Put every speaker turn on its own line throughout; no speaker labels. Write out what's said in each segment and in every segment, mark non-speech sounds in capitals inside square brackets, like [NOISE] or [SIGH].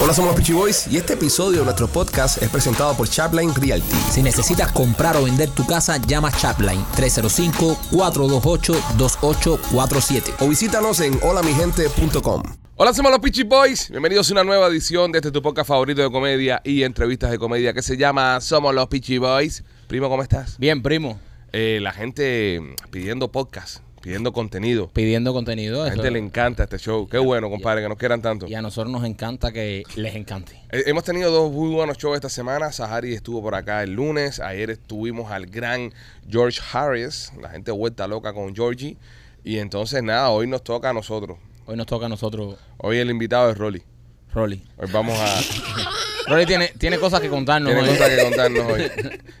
Hola, somos los Peachy Boys y este episodio de nuestro podcast es presentado por Chapline Realty.
Si necesitas comprar o vender tu casa, llama Chapline 305-428-2847.
O visítanos en holamigente.com.
Hola, somos los Peachy Boys. Bienvenidos a una nueva edición de este tu podcast favorito de comedia y entrevistas de comedia que se llama Somos los Peachy Boys. Primo, ¿cómo estás?
Bien, primo.
Eh, la gente mm, pidiendo podcast, pidiendo contenido.
Pidiendo contenido.
La
eso-
gente le encanta este show. Qué bueno, compadre, que nos quieran tanto.
Y a nosotros nos encanta que les encante.
Eh, Hemos tenido dos muy buenos shows esta semana. Sahari estuvo por acá el lunes. Ayer estuvimos al gran George Harris. La gente vuelta loca con Georgie. Y entonces, nada, hoy nos toca a nosotros.
Hoy nos toca a nosotros,
Hoy el invitado es Rolly.
Rolly.
Hoy vamos [LAUGHS] a.
Rolly tiene, tiene cosas que contarnos.
Tiene
¿eh?
cosas que contarnos hoy.
[LAUGHS]
Le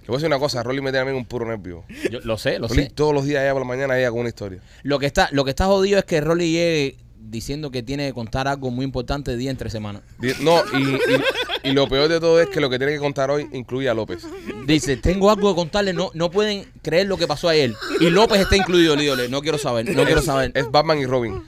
voy a decir una cosa: Rolly me tiene a mí un puro nervio.
Yo lo sé, lo
Rolly
sé.
todos los días, allá por la mañana, ella con una historia.
Lo que, está, lo que está jodido es que Rolly llegue diciendo que tiene que contar algo muy importante día entre semana.
Di- No, y, y- y lo peor de todo es que lo que tiene que contar hoy incluye a López.
Dice, tengo algo que contarle, no, no pueden creer lo que pasó ayer. Y López está incluido, Lídole. No quiero saber, no quiero
Es-
saber.
Es Batman y Robin.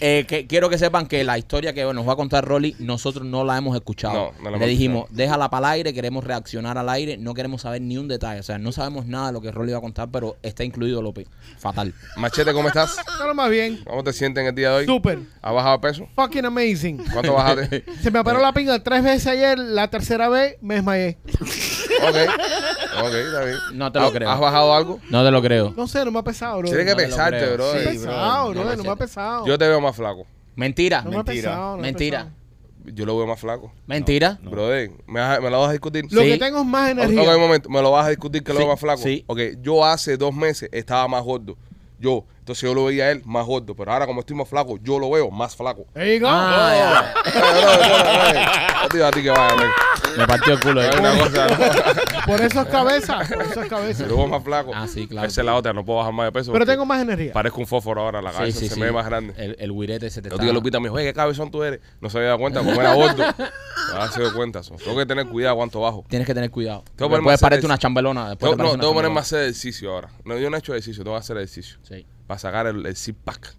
Eh, que, quiero que sepan que la historia que nos va a contar Rolly, nosotros no la hemos escuchado.
No, no la hemos
Le dijimos, déjala para el aire, queremos reaccionar al aire, no queremos saber ni un detalle. O sea, no sabemos nada de lo que Rolly va a contar, pero está incluido López. Fatal.
Machete, ¿cómo estás?
No, no, más bien.
¿Cómo te sientes en el día de hoy?
Súper.
¿Has bajado peso?
Fucking amazing.
¿Cuánto bajaste?
[LAUGHS]
Se me paró la pinga tres veces ayer. La tercera vez me desmayé.
Ok, ok, está bien.
No te lo
¿Has-
creo.
¿Has bajado algo?
No te lo creo.
No sé, no me ha pesado, bro.
Tienes que
No te lo
pensarte,
creo.
bro.
No me ha
Sí,
pesado,
bro.
bro.
No me
No me ha
sé.
pesado.
Yo te veo más flaco.
Mentira.
No me ha pesado. no me ha
Mentira.
pesado.
Yo lo veo más flaco.
Mentira.
Brother, ¿me, vas a- me lo vas a discutir?
Lo
Sí.
que tengo es más
O- Ok, un
energía.
momento. ¿Me lo vas a discutir que lo
Sí,
veo más flaco?
sí.
Ok, yo hace dos meses estaba más gordo. Yo. Entonces yo lo veía a él más gordo. Pero ahora como estoy más flaco, yo lo veo más
[LAUGHS]
flaco.
There you go.
Ah,
Eh, brother, brother, brother. Yo te digo a ti que vaya, men.
ya. Me partió el culo. eh.
Es una [LAUGHS] cosa.
Por eso es cabeza. Por eso es cabeza.
Yo lo veo más flaco.
Ah, sí, claro.
Esa es la otra. No puedo bajar más de peso.
Pero
porque
tengo más energía.
Parezco un fósforo ahora. La
Sí,
cabeza
sí,
se
sí.
me ve más grande.
El, el guirete se te
Yo
está...
digo, Lupita me dijo, oye, ¿qué cabezón tú eres? No se había dado cuenta, como era gordo.
[LAUGHS]
Ahora se dio cuenta. so. Tengo que tener cuidado cuánto bajo.
Tienes que tener cuidado.
Tengo que
Porque
poner
Puedes
más
pararte
ejercicio.
una chambelona. Después
Tengo-
te
no,
pareces
tengo que
una
poner más ejercicio ahora. No, yo no he hecho ejercicio, tengo que hacer ejercicio.
chambelona. Sí.
Para sacar el, el zip pack.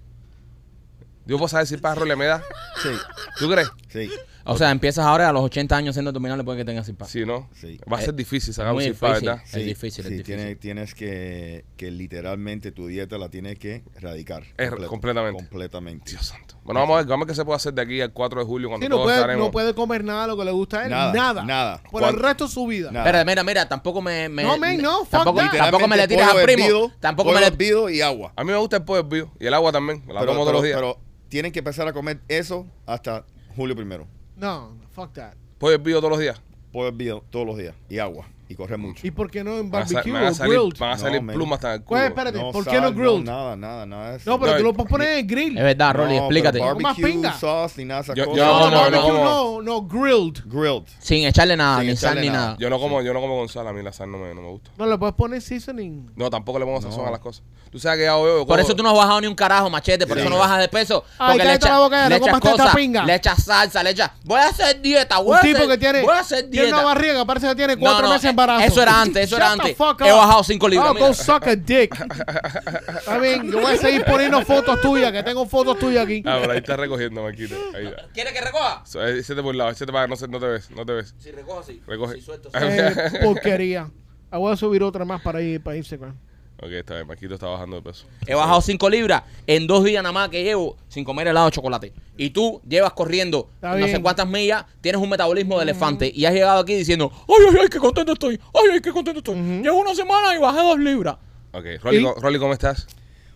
¿Yo puedo saber si para Rolly me da? Sí. ¿Tú crees?
Sí,
O sea, empiezas ahora a los 80 años siendo abdominales puede que tengas pack.
Sí, ¿no?
Sí.
Va a ser
Eh,
difícil sacar un
muy
zip pack,
difícil.
¿verdad?
Es difícil, es
sí,
difícil.
Tienes, tienes que, que literalmente tu dieta la tienes que erradicar.
Er-
completo-
completamente.
Completamente.
Dios santo. Bueno, vamos a ver, vamos a ver qué se puede hacer de aquí al 4 de julio cuando
Sí, no
todos
puede,
estaremos.
no puede comer nada de lo que le gusta a él.
Nada,
Nada.
nada.
Por el
Cuan-
resto de su vida.
Nada.
Espera, mira, mira, tampoco me. me-
No, man, no, fuck
tampoco,
that.
tampoco me le tiras
Literalmente
al primo.
pollo hervido,
tampoco
pollo
me le.
hervido y agua.
A mí me gusta el pollo hervido y el agua también. Me la
pero,
tomo todos
pero-
los días.
pero tienen que empezar a comer eso hasta julio primero.
No, fuck that.
Pollo hervido todos los días.
Pollo hervido todos los días y agua. Y correr mucho.
¿Y por qué no en
Van a, sa-
barbecue
van a
o
salir,
grilled?
van a
No,
salir
man.
plumas hasta en el culo.
Pues, espérate, ¿por qué no
sal,
grilled? No,
nada, nada, nada. de eso.
pero
No,
tú lo puedes poner en el grill.
Es verdad,
No,
Rolly,
pero
explícate.
Con más
Barbecue,
pinga.
sauce, ni nada. de esas
Yo- yo
cosas.
no,
No,
no,
no,
no,
no,
como-
no, no, grilled.
Grilled.
Sin echarle nada,
Sin
ni sal
echarle
ni
nada.
nada.
Yo no como, yo no como con sal, a mí la sal no me, no me gusta.
No le puedes poner seasoning.
No, tampoco le pongo sazón a las cosas. Tú sabes que hago yo.
Por eso tú no has bajado ni un carajo, machete. Por
Sí.
eso no bajas de peso.
Ay,
Porque le
cállate la
echas
boca ya,
le
no
echas
comas tanta
cosas,
pinga.
le echas salsa, le echas. Voy a hacer dieta, voy
Un
a
tipo
hacer-
que tiene,
Voy a hacer
tiene
dieta.
una barriga, parece que tiene
No,
cuatro
no, eh,
meses de embarazo.
eso era antes, eso era
Shut the
antes.
fuck
He
up.
bajado cinco libras,
Oh,
mira.
go suck a dick. Está bien, yo voy a seguir poniendo fotos tuyas, que tengo fotos tuyas aquí.
Ah, pero ahí está recogiendo, Marquito. Ahí está.
¿Quieres que recoja?
So, eh, Échate por un lado, échate para acá, no, se- no te ves, no te ves.
Si recojo, sí.
Recoge.
Si suelto, sí.
Eh, porquería. Ah, Voy a subir otra más para ir para Instagram.
Ok, está bien, Marquito está bajando de peso.
He bajado cinco libras en dos días nada más que llevo sin comer helado de chocolate. Y tú llevas corriendo
Está
no sé
bien.
cuántas millas, tienes un metabolismo de elefante y has llegado aquí diciendo, ay, ay, ay, qué contento estoy, ay, ay, qué contento estoy. Llevo una semana y bajé dos libras.
Ok, Rolly,
¿Y?
¿cómo- Rolly, ¿cómo estás?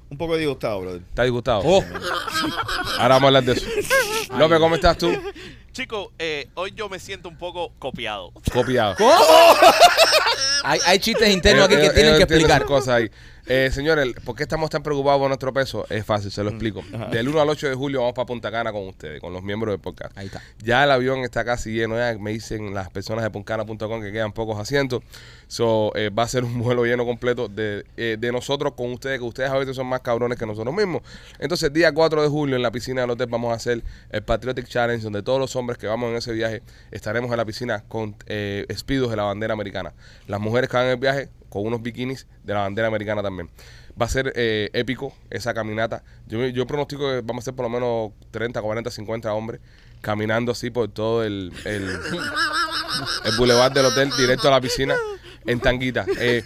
Un poco disgustado, brother.
¿Estás disgustado?
Oh,
Ahora vamos a hablar de eso.
[LAUGHS]
López, ¿cómo estás tú?
Chico, eh, hoy yo me siento un poco copiado.
Copiado. Eh,
hay, hay chistes internos aquí que
Ellos-
tienen
ellos
que
tienen
explicar.
sus cosas ahí. Eh, señores, ¿por qué estamos tan preocupados por nuestro peso? Es fácil,
Mm.
se lo explico. Del 1 al 8 de julio vamos para Punta Cana con ustedes, con los miembros del podcast.
Ahí está.
Ya el avión está casi lleno, ya me dicen las personas de puncana.com que quedan pocos asientos. So, eh, va a ser un [LAUGHS] vuelo lleno completo de, eh, de nosotros con ustedes, que ustedes a veces son más cabrones que nosotros mismos. Entonces, día 4 de julio en la piscina del hotel vamos a hacer el Patriotic Challenge, donde todos los hombres que vamos en ese viaje estaremos en la piscina con eh, espidos de la bandera americana. Las mujeres que van en el viaje con unos bikinis de la bandera americana también. Va a ser eh, épico esa caminata. Yo, yo pronostico que vamos a ser por lo menos 30, 40, 50 hombres caminando así por todo el, el, el bulevar del hotel, directo a la piscina, en tanguita. Eh,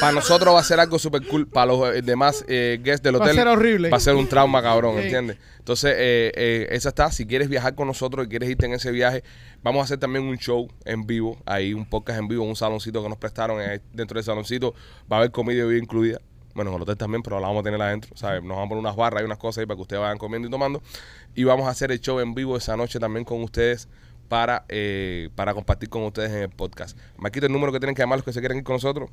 para nosotros va a ser algo super cool, para los eh, demás eh, guests del
Va a
hotel
ser horrible.
va a ser un trauma, cabrón,
Sí.
¿entiendes? Entonces, eh, eh, esa está. Si quieres viajar con nosotros y quieres irte en ese viaje, vamos a hacer también un show en vivo, ahí un podcast en vivo, un saloncito que nos prestaron. eh, dentro del saloncito va a haber comida y bebida incluida. Bueno, en el hotel también, pero la vamos a tener adentro, ¿sabes? Nos vamos a poner unas barras y unas cosas ahí para que ustedes vayan comiendo y tomando. Y vamos a hacer el show en vivo esa noche también con ustedes para, eh, para compartir con ustedes en el podcast. Maquito, el número que tienen que llamar los que se quieren ir con nosotros.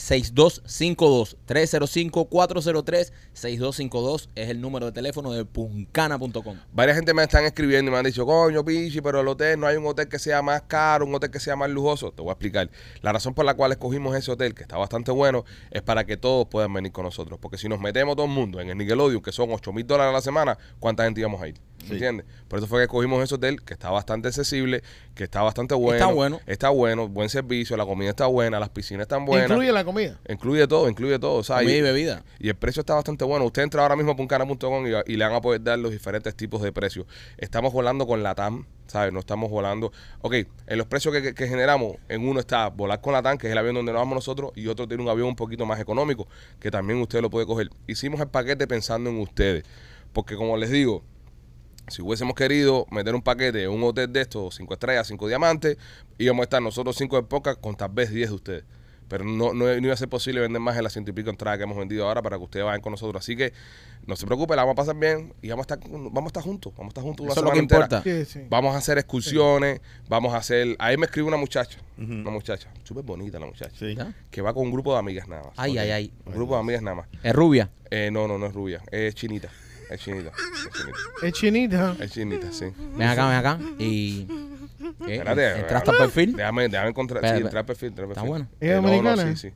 305-403-6252. 305-403-6252 es el número de teléfono de puncana.com.
Varias gente me están escribiendo y me han dicho, coño, Pichi, pero el hotel, no hay un hotel que sea más caro, un hotel que sea más lujoso. Te voy a explicar. La razón por la cual escogimos ese hotel, que está bastante bueno, es para que todos puedan venir con nosotros. Porque si nos metemos todo el mundo en el Nickelodeon, que son 8 mil dólares a la semana, ¿cuánta gente íbamos a ir?
Sí.
¿Entiendes? Por eso fue que escogimos ese hotel, que está bastante accesible, que está bastante bueno.
Está bueno.
Está bueno, buen servicio, la comida está buena, las piscinas están buenas.
Incluye
Incluye,
la comida.
todo, incluye todo. O sea,
Comida y
y-
bebida.
y el precio está bastante bueno. Usted entra ahora mismo a puncana.com y, y le van a poder dar los diferentes tipos de precios. Estamos volando con la TAM, ¿sabes? No estamos volando. Ok, en los precios que, que- que generamos, en uno está volar con la TAM, que es el avión donde nos vamos nosotros, y otro tiene un avión un poquito más económico, que también usted lo puede coger. Hicimos el paquete pensando en ustedes, porque como les digo, si hubiésemos querido meter un paquete en un hotel de estos, cinco estrellas, cinco diamantes, íbamos a estar nosotros cinco de poca con tal vez 10 de ustedes. Pero no, no, no iba a ser posible vender más de las ciento y pico entradas que hemos vendido ahora para que ustedes vayan con nosotros. Así que no se preocupen, la vamos a pasar bien y vamos a estar, vamos a estar juntos. Vamos a estar juntos una
Eso es lo
semana
que
entera.
importa.
Sí, sí.
Vamos a hacer excursiones, vamos a hacer... Ahí me escribe una muchacha, una muchacha, súper bonita la muchacha,
Sí.
¿Ya?
que va con un grupo de amigas nada más.
Ay, ay, ay.
Un grupo de amigas nada más.
Es rubia.
Eh, no, no, no es rubia, es chinita, es chinita, es chinita,
Es chinita.
es chinita, sí.
Ven acá, ven acá. Y. ¿Qué?
Espérate,
Eh,
eh,
Entraste al
espérate.
perfil.
Déjame, déjame encontrar.
Espera,
sí,
espera.
entrar al perfil, entrar al
Está
perfil. Eh,
bueno.
¿Es
no, no,
americana?
sí, sí.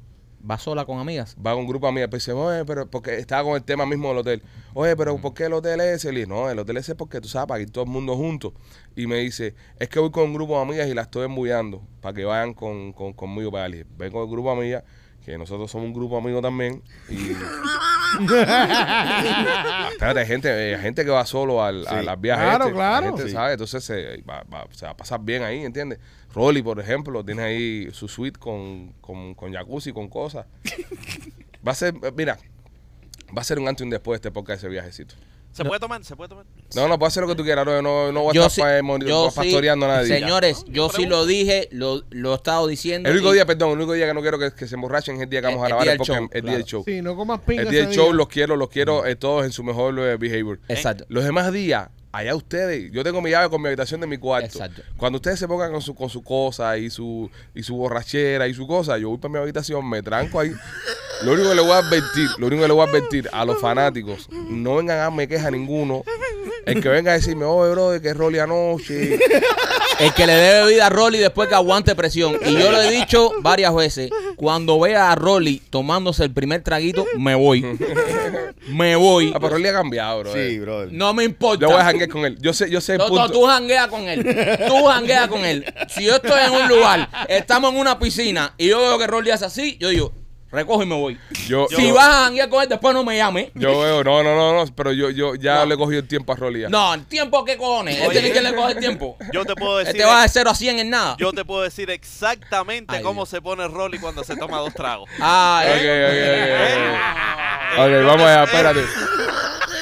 Va sola con amigas.
Va con un grupo amigo, pues dice, oye, pero porque estaba con el tema mismo del hotel. Oye, pero ¿por qué el hotel ese? Le dije, no, el hotel ese es porque tú sabes, para ir todo el mundo juntos. Y me dice, es que voy con un grupo de amigas y las estoy embullando para que vayan con, con- conmigo para allá. Ven con el grupo de amigas, que nosotros somos un grupo amigo también. Y. [LAUGHS] Espérate, hay gente, eh, hay gente que va solo al,
Sí.
a las viajes.
Claro,
este. Hay
claro.
gente,
Sí.
¿sabes? Entonces se va, va- se va a pasar bien ahí, ¿entiendes? Rolly, por ejemplo, tiene ahí su suite con, con, con jacuzzi, con
[LAUGHS]
cosas. Va a ser, eh, mira, va a ser un antes y un después de este podcast, ese viajecito.
¿Se puede tomar? ¿Se puede tomar?
No, no, puedes hacer lo que tú quieras, no, no, no voy a estar pa- eh, moni-
yo
pa-
sí-
pastoreando a nadie.
Señores, yo sí
pregunto.
lo dije, lo, lo he estado diciendo.
El único
y-
día, perdón, el único día que no quiero que, que se emborrachen es el día que vamos a
El- el
grabar
día
el
del
podcast,
show,
el día del
claro.
show.
Mm.
Sí, no comas pinga.
el día del
ese
show
día.
los quiero, los quiero eh, todos en su mejor eh, behavior.
Exacto.
Los demás días, allá ustedes, yo tengo mi llave con mi habitación de mi cuarto.
Exacto.
Cuando ustedes se pongan con su, con su cosa y su, y su borrachera y su cosa, yo voy para mi habitación, me tranco ahí. Lo único que le voy a advertir, lo único que le voy a advertir a los fanáticos, no vengan a darme queja a ninguno. El que venga a decirme, oye, brother, que role anoche.
El que le dé bebida a Rolly después que aguante presión. Y yo lo he dicho varias veces. Cuando vea a Rolly tomándose el primer traguito,
[LAUGHS]
me voy. Me voy.
Ah, pero Rolly ha cambiado, bro.
Sí, brother.
No me importa.
Yo voy a janguear con él. Yo sé, yo sé el
No, no,
punto.
tú jangueas con él. Tú jangueas con él. Si yo estoy en un lugar, estamos en una piscina y yo veo que Rolly hace así, yo digo, recojo y me voy.
Yo-
si
yo-
vas a janguear con él, después no me llame.
Yo veo, no, no, no, no, pero yo, yo ya le he cogido el tiempo a Rolly. ya.
No, el tiempo que cojones. Él
Oye.
tiene que le coge el
[LAUGHS]
tiempo.
Yo te puedo
[LAUGHS]
decir.
Este va de 0 a 100 en nada.
Yo te puedo decir exactamente
Ay,
cómo
Dios.
se pone Rolly cuando se toma dos tragos.
Ah,
Ok, ok,
eh.
ok, ok. Ok, vamos allá, espérate.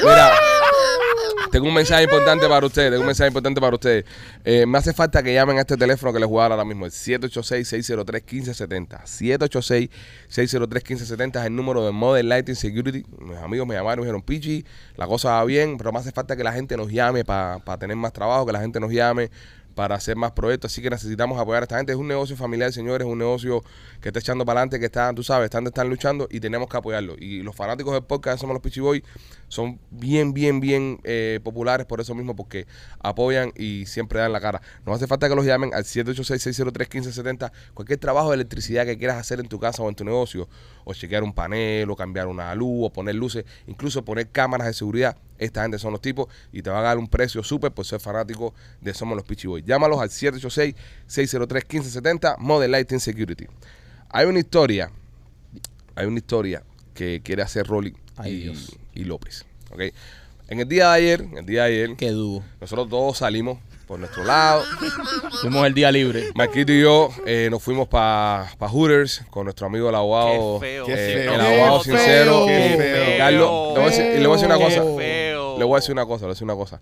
Mira, tengo un mensaje importante para ustedes. Tengo un mensaje importante para ustedes. Eh, me hace falta que llamen a este teléfono que les voy a dar ahora mismo. El 786-603-1570. 786-603-1570 es el número de Modern Lighting Security. Mis amigos me llamaron y me dijeron, Pichi, la cosa va bien, pero me hace falta que la gente nos llame para tener más trabajo, que la gente nos llame para hacer más proyectos. Así que necesitamos apoyar a esta gente. Es un negocio familiar, señores, es un negocio que está echando para adelante, que están, tú sabes, están, están luchando y tenemos que apoyarlo. Y los fanáticos del podcast Somos los Pichiboy son bien, bien, bien eh, populares por eso mismo, porque apoyan y siempre dan la cara. Nos hace falta que los llamen al 786-603-1570. Cualquier trabajo de electricidad que quieras hacer en tu casa o en tu negocio, o chequear un panel, o cambiar una luz, o poner luces, incluso poner cámaras de seguridad. Esta gente son los tipos y te van a dar un precio súper por ser fanático de Somos los Pitchy Boys. Llámalos al 786-603-1570 Model Lighting Security. Hay una historia, hay una historia que quiere hacer Rolly
Ay,
y,
Dios.
y López. ¿ok? En el día de ayer, en el día de ayer,
Qué dúo.
nosotros todos salimos por nuestro lado.
Fuimos el día libre.
Marquito y yo eh, nos fuimos para Hooters con nuestro amigo el abogado.
Qué feo.
eh,
Qué
El
feo.
abogado
Qué
sincero. eh,
feo. Qué
feo.
Carlos, le voy a decir- y le voy a decir una
Qué
cosa.
feo.
Le voy a decir una cosa, le voy a decir una cosa.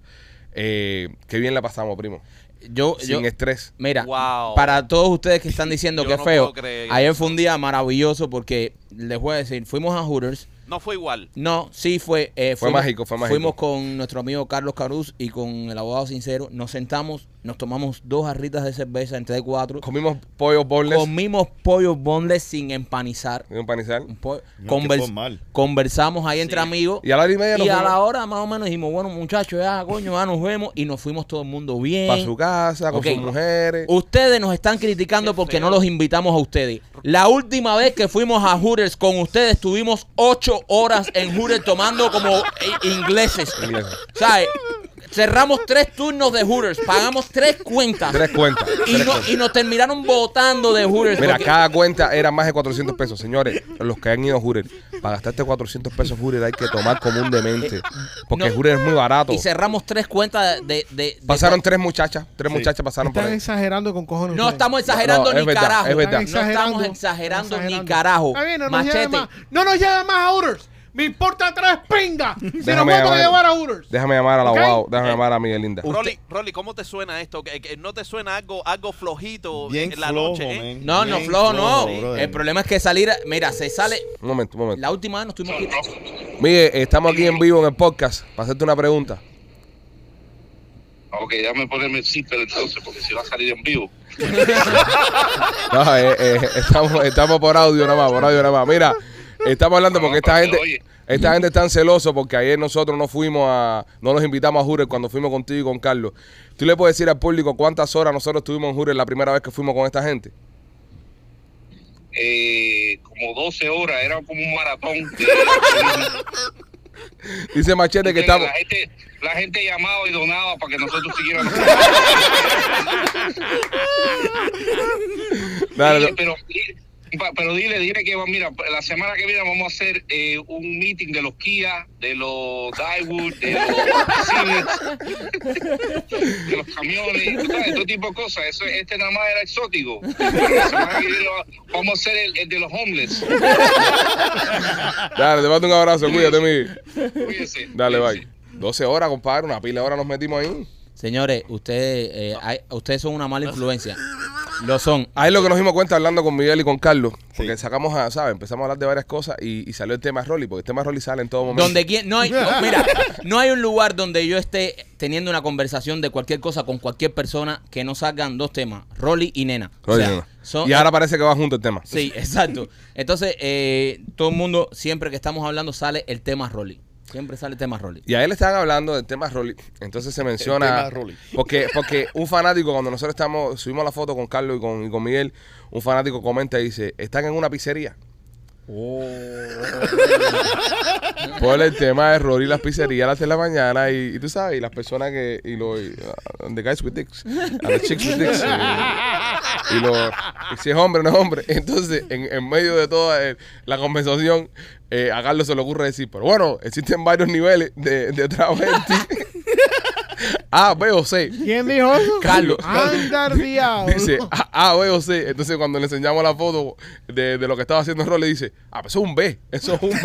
Eh, qué bien la pasamos, primo.
Yo, yo,
Sin estrés.
mira,
este- Wow.
para todos ustedes que están
[LAUGHS]
diciendo
Yo
que
no
feo,
puedo creer
ayer
eso.
fue un día maravilloso porque les voy a decir, fuimos a Hooters.
No fue igual.
No, sí fue. eh,
Fue mágico, fue mágico.
Fuimos con nuestro amigo Carlos Caruz y con el abogado sincero. Nos sentamos, nos tomamos dos jarritas de cerveza entre cuatro.
Comimos pollo boneless.
Comimos pollos bondes sin empanizar.
comimos panizal.
Un po-
qué
convers-
formal.
conversamos ahí entre
Sí.
amigos.
Y a la hora y media nos
Y a
fuimos
la hora más o menos dijimos, bueno muchachos, ya coño, ya nos vemos y nos fuimos todo el mundo bien.
para su casa, con
Ok. Uh.
sus mujeres.
Ustedes nos están criticando
Qué
porque
feo.
no los invitamos a ustedes. La última vez que fuimos a Hooters con ustedes, estuvimos ocho horas en Hooters tomando como i- ingleses.
Ingleses.
¿Sabes? Cerramos tres turnos de Hooters, pagamos tres cuentas.
Tres cuentas.
[LAUGHS] y,
tres
no-
cuentas.
y nos terminaron votando de Hooters.
Mira,
porque-
cada cuenta era más de 400 pesos. Señores, los que han ido a Jurel, para gastarte 400 pesos Jurel hay que tomar como un demente. Porque
no.
Jurel es muy barato.
y cerramos tres cuentas de... de- de-
Pasaron tres muchachas, tres
Sí.
muchachas pasaron por
Están
ahí.
exagerando con cojones.
No
ustedes.
estamos exagerando
No, es
ni
verdad,
carajo.
es verdad.
No estamos exagerando ni carajo.
Está bien, no nos lleven
Machete.
más. No nos lleven más a Hooters. Me importa tres pingas. Si no
Déjame
puedo
llamar-
llevar a Hooters.
Déjame llamar al
Ok.
abogado, déjame llamar a Miguelinda.
Rolly, Rolly, ¿cómo te suena esto? ¿Que, que no te suena algo, algo flojito
Bien
en la
flojo,
noche? ¿eh?
man.
No, no,
Bien
flojo, no.
brother.
El problema es que salir... Mira, se sale...
Un momento, un momento.
La última vez nos tuvimos que ir.
Miguel, estamos aquí en vivo en el podcast para hacerte una pregunta.
Ok, déjame ponerme el zipper entonces, porque si va a salir en vivo.
No, eh, eh, estamos, estamos por audio nada más, por audio nada más. Mira, estamos hablando porque esta gente, esta gente es tan celoso porque ayer nosotros no fuimos a, no nos invitamos a Jure cuando fuimos contigo y con Carlos. ¿Tú le puedes decir al público cuántas horas nosotros estuvimos en Jure la primera vez que fuimos con esta gente?
Eh, como 12 horas, era como un maratón. de-
Dice Machete que estamos,
la, gente, la gente llamaba y donaba para que nosotros
[LAUGHS]
siguiéramos.
Dale,
Dile, pero, pa- pero dile, dile que va- mira, la semana que viene vamos a hacer eh, un meeting de los Kia, de los Daiwood, de los Civics, [LAUGHS] de los camiones, tú sabes, todo tipo de cosas. Eso, este nada más era exótico. Pero la semana que viene va- vamos a hacer el, el de los homeless.
dale, te mando un abrazo, cuídate, Miguel.
Cuídense.
Dale,
Cuídense.
bye. 12 horas, compadre, una pila de horas nos metimos ahí.
Señores, ustedes, eh, hay- ustedes son una mala influencia. Lo son.
Ahí lo que nos dimos cuenta hablando con Miguel y con Carlos, porque
Sí.
sacamos a, ¿sabes? Empezamos a hablar de varias cosas y, y salió el tema Rolly, porque el tema Rolly sale en todo momento.
Donde quien, no hay, no, mira, no hay un lugar donde yo esté teniendo una conversación de cualquier cosa con cualquier persona que no salgan dos temas, Rolly y Nena. O
Rolly,
sea,
nena.
son-
y ahora parece que va junto el tema.
Sí, exacto. Entonces, eh, todo el mundo, siempre que estamos hablando, sale el tema Rolly. Siempre sale el tema Rolly.
Y a él le estaban hablando del tema Rolly. Entonces se menciona.
tema Rolly.
Porque, porque un fanático, cuando nosotros estamos, subimos la foto con Carlos y con, y con Miguel, un fanático comenta y dice, están en una pizzería.
Oh.
Por el tema de Rolly, las pizzerías a las 3 de la mañana y, y tú sabes, y las personas que. Y los. y, uh, the guys with dicks. And the chicks with dicks. eh, y, los- y si es hombre o no es hombre. [LAUGHS] Entonces, en, en medio de toda eh, la conversación, eh, a Carlos se le ocurre decir, pero bueno, existen varios niveles de, de travesti. [LAUGHS] A, B o C.
¿Quién
[LAUGHS]
dijo eso?
Carlos.
Andar diablo.
Dice A, A, B o C. Entonces, cuando le enseñamos la foto de, de lo que estaba haciendo Rolly, dice: Ah, pero eso es un B. Eso es un
[LAUGHS]
B.